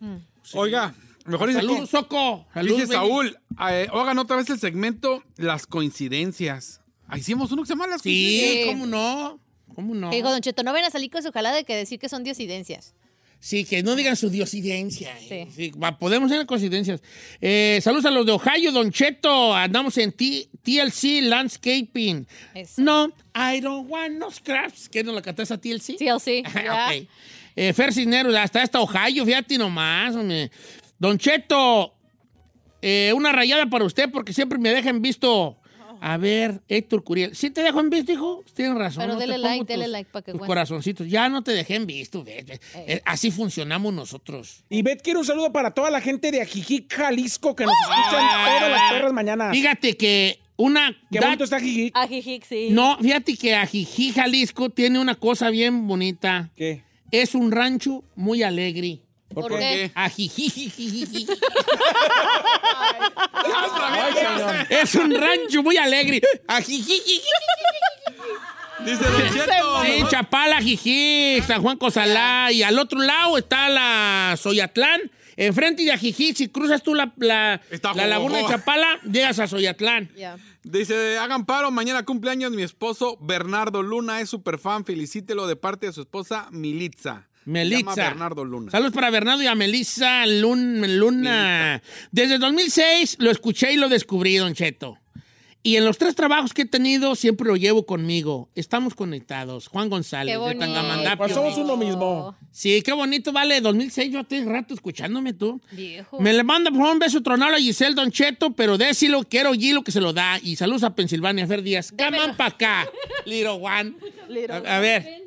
E: Oiga, mejor dice
B: Saludos, Soco. Saludos,
E: Dije
B: baby.
E: Saúl, eh, hagan otra vez el segmento Las coincidencias. Ah, Hicimos uno que se llama Las
B: Sí,
D: Sí.
B: ¿cómo no? ¿Cómo no?
D: Que dijo, Don Cheto, no ven a salir con su jalada de que decir que son disidencias.
B: Sí, que no digan su diosidencia. eh.
D: Sí.
B: Sí, va, podemos hacer coincidencias. Eh, saludos a los de Ohio, Don Cheto. Andamos en T- TLC Landscaping.
D: Eso.
B: No, I don't want no scraps. ¿Qué nos la cantaste a TLC?
D: TLC. ya.
B: ok. Eh, Fer Cisneros, hasta esta Ohio, fíjate nomás. hombre. Don Cheto, eh, una rayada para usted porque siempre me deja en visto. A ver, Héctor Curiel. ¿Sí te dejo en visto, hijo? Tienes razón.
D: Pero
B: no te
D: dele
B: pongo
D: like,
B: tus-
D: dele like para que
B: tus
D: cuente.
B: corazoncitos. Ya no te dejé en visto. ves, ves. Eh, Así funcionamos nosotros.
C: Y Bet quiere un saludo para toda la gente de Ajijic, Jalisco, que nos
B: ¡Oh!
C: escuchan todas las perras mañana.
B: Fíjate que una...
C: Qué
B: da-
C: bonito está
B: Ah.
C: Ajijic.
D: Ajijic, sí.
B: No, fíjate que Ajijí, Jalisco tiene una cosa bien bonita.
C: ¿Qué?
B: Es un rancho muy alegre.
D: ¿Por
C: qué?
D: qué?
B: Ajijijijijijí.
C: Ay, señor.
B: Es un rancho muy alegre. Ajijiji.
E: Dice Don Cheto.
B: Sí, Chapala, Jijí, San Juan Cosalá. Y al otro lado está la Soyatlán. Enfrente de Ajijí, si cruzas tú la, la,
E: Está
B: la laguna de
E: Jojojo.
B: Chapala, llegas a Soyatlán.
D: Ya.
E: Dice, hagan paro, mañana cumpleaños mi esposo Bernardo Luna es super fan, felicítelo de parte de su esposa Militza. Se
B: Melitza.
E: Llama Bernardo Luna.
B: Saludos para Bernardo y a Melissa Lun- Luna. Desde 2006 lo escuché y lo descubrí, Don Cheto. Y en los tres trabajos que he tenido, siempre lo llevo conmigo. Estamos conectados. Juan González,
D: Qué
B: de
D: bonito.
B: Tangamandapio.
C: Pues somos uno mismo.
B: Sí, qué bonito, vale. 2006, yo tengo rato escuchándome tú.
D: Viejo.
B: Me le manda por favor, un beso tronado a Giselle Don Cheto, pero désilo, quiero lo que se lo da. Y saludos a Pensilvania, Fer Díaz. Caman pa' acá, Little One.
H: Little
B: a, a ver,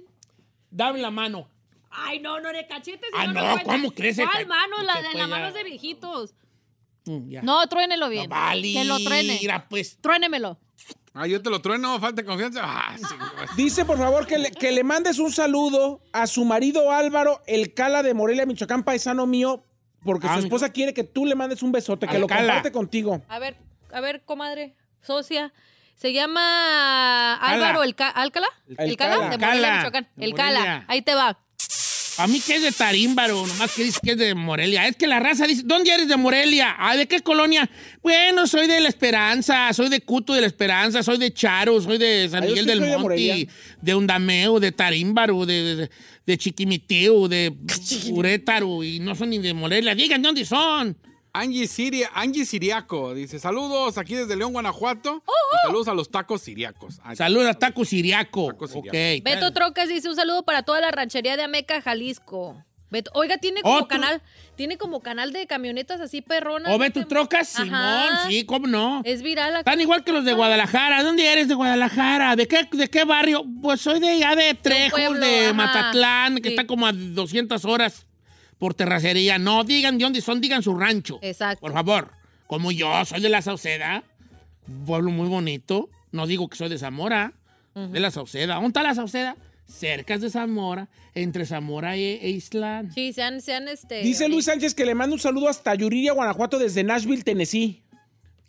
B: dame la mano.
D: Ay, no, no, de cachetes.
B: Ah, no, ¿cómo crees?
D: ¿Cuál mano? La de
B: Pues
D: la
B: ya.
D: mano es de viejitos.
B: Mm, ya.
D: No, truénelo bien.
B: No, vale.
D: Que lo truene.
B: Mira, pues.
D: Truénemelo.
E: Ah, yo te lo trueno, falta de confianza. Ah, sí, pues.
C: Dice, por favor, que le, que le mandes un saludo a su marido Álvaro, el Cala de Morelia, Michoacán, paisano mío, porque
B: Ah,
C: su
B: mi-
C: esposa quiere que tú le mandes un besote, que
B: Al
C: lo
B: Cala.
C: comparte contigo.
D: A ver, a ver, comadre, socia. Se llama
B: Cala.
D: Álvaro el Ca- Alcalá.
C: El
D: El Cala
C: Cala.
D: de Morelia,
B: Cala.
D: Michoacán.
B: De
D: El
B: Morelia.
D: Cala. Ahí te va.
B: A mí que es de Tarímbaro, nomás que dice que es de Morelia. Es que la raza dice, ¿dónde eres de Morelia? Ah, ¿de qué colonia? Bueno, soy de La Esperanza, soy de Cuto de La Esperanza, soy de Charo, soy de San
C: Ah, yo
B: Miguel
C: sí
B: del
C: soy de
B: Monte,
C: Morelia.
B: de Undameo, de Tarímbaro, de, de, de Chiquimiteo, de Urétaro, y no son ni de Morelia. Digan, ¿dónde son?
E: Angie, Siria, Angie Siriaco dice, saludos aquí desde León, Guanajuato. Y Saludos a los tacos siriacos. Ay,
B: Saludos a Taco Siriaco.
E: Taco Siriaco.
B: Ok.
D: Beto Trocas dice un saludo para toda la ranchería de Ameca, Jalisco. Beto, oiga, tiene como
B: Otro.
D: canal, tiene como canal de camionetas así perronas.
B: ¿O Oh, Beto
D: Este-
B: Trocas? Simón,
D: Ajá.
B: sí, ¿cómo no?
D: Es viral acá.
B: Están igual que los de Guadalajara. ¿Dónde eres de Guadalajara? ¿De qué, de qué barrio? Pues soy de allá de Trejos, de,
D: pueblo, ajá.
B: Matatlán, que
D: Sí.
B: está como a 200 horas por terracería. No, digan de dónde son, digan su rancho.
D: Exacto.
B: Por favor, como yo, soy de La Sauceda, un pueblo muy bonito. No digo que soy de Zamora, de La Sauceda. ¿Dónde está La Sauceda? Cerca de Zamora, entre Zamora e, e Islán.
D: Sí, sean, sean este.
C: Dice Luis Sánchez que le manda un saludo hasta Yuriria, Guanajuato, desde Nashville, Tennessee.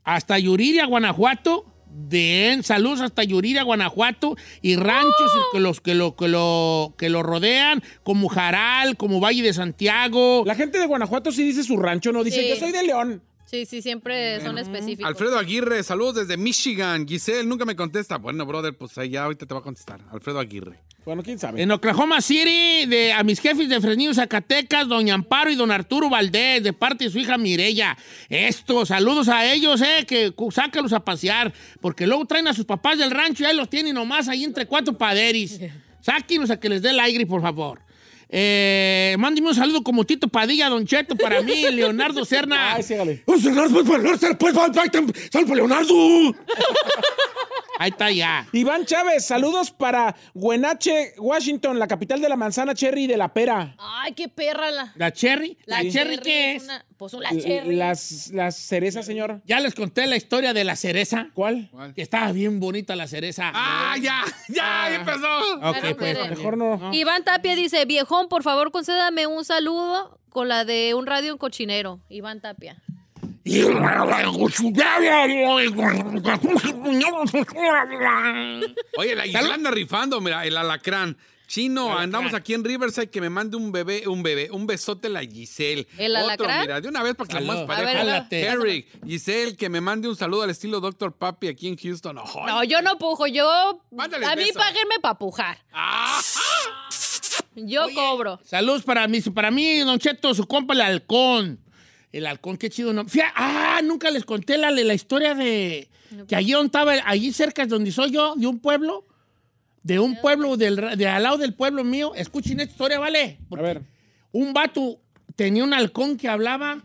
B: Hasta Yuriria, Guanajuato. de En Salud hasta Yuriria, Guanajuato y ranchos que los que lo, que lo que lo rodean, como Jaral, como Valle de Santiago.
C: La gente de Guanajuato sí dice su rancho, no dice
D: Sí.
C: yo soy de León.
D: Sí, sí, siempre son específicos.
E: Alfredo Aguirre, saludos desde Michigan. Giselle nunca me contesta. Bueno, brother, pues ahí ya ahorita te va a contestar. Alfredo Aguirre.
C: Bueno, quién sabe.
B: En Oklahoma City, de, a mis jefes de Fresnillo, Zacatecas, Doña Amparo y Don Arturo Valdés, de parte de su hija Mirella. Esto, saludos a ellos, eh, que cu- sácalos a pasear, porque luego traen a sus papás del rancho y ahí los tienen nomás ahí entre cuatro paderis. Sáquenos a que les dé el aire, por favor. Eh, mándeme un saludo como Tito Padilla, Don Cheto, para mí, Leonardo Serna. Ay, pues, Leonardo! Ahí está ya.
C: Iván Chávez, saludos para Guenache, Washington, la capital de la manzana cherry y de la pera.
D: Ay, qué perra la.
B: ¿La cherry?
D: ¿La, cherry qué es? una- pues la cherry.
C: Las, las cerezas, señor.
B: Ya les conté la historia de la cereza.
C: ¿Cuál?
B: Que estaba bien bonita la cereza.
E: ¡Ah, ya! ¡Ya! ya empezó!
B: Ok, pues.
D: puede.
C: Ah, Mejor no.
D: Ah, Iván Tapia dice, viejón, por favor, concédame un saludo con la de un radio en cochinero. Iván Tapia.
E: Oye, la Islanda rifando, mira, el alacrán. Chino, andamos aquí en Riverside, que me mande un bebé, un bebé, un besote la Giselle.
D: ¿El alacrán?
E: mira, de una vez para que la
B: Salud.
E: más
B: A ver,
E: pareja.
B: Jálate.
E: Eric, Giselle, que me mande un saludo al estilo Dr. Papi aquí en Houston. Ojo.
D: No, yo no pujo, yo...
E: Mándale
D: a mí
E: beso.
D: páguenme para pujar. Yo cobro.
B: Saludos para mí, para mí, Don Cheto, su compa el halcón. El halcón, qué chido, ¿no? Fía- ah, nunca les conté la, la historia de que allí donde estaba, allí cerca es donde soy yo, de un pueblo, de un pueblo, del, ra- de al lado del pueblo mío. Escuchen esta historia, ¿vale?
C: A ver.
B: Un vato tenía un halcón que hablaba.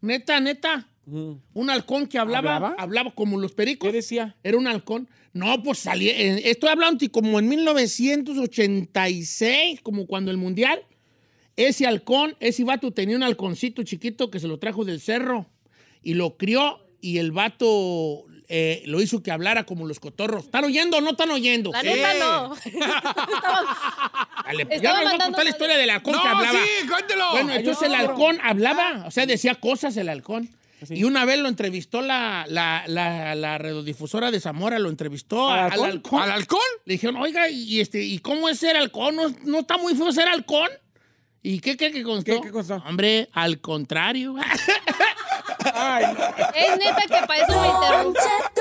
B: Neta, neta. Un halcón que hablaba,
C: ¿Hablaba?
B: ¿Hablaba? como los pericos.
C: ¿Qué decía?
B: Era un halcón. No, pues salía. eh, estoy hablando que como en 1986, como cuando el mundial, ese halcón, ese vato tenía un halconcito chiquito que se lo trajo del cerro y lo crió y el vato eh, lo hizo que hablara como los cotorros. ¿Están oyendo o no están oyendo?
D: La neta no.
B: Dale, pues, ya les
D: Estaba
B: voy a
D: mandando
B: contar la
D: audio.
B: historia del halcón
E: No,
B: que hablaba.
E: sí, cuéntelo.
B: Bueno, entonces el halcón
C: Ah.
B: hablaba, o sea, decía cosas el halcón.
C: Pues
B: Y una vez lo entrevistó la, la, la, la radiodifusora de Zamora, lo entrevistó a-
C: ¿Al
B: al,
C: halcón?
B: halcón.
E: ¿Al halcón?
B: Le dijeron, oiga, ¿y, este, ¿y cómo es ser halcón? ¿No, no está muy feo ser halcón? ¿Y qué cree que constó?
C: ¿Qué- qué constó?
B: Hombre, al contrario.
C: Ay, no.
D: Es neta que para eso me interrumpo.
F: Don Cheto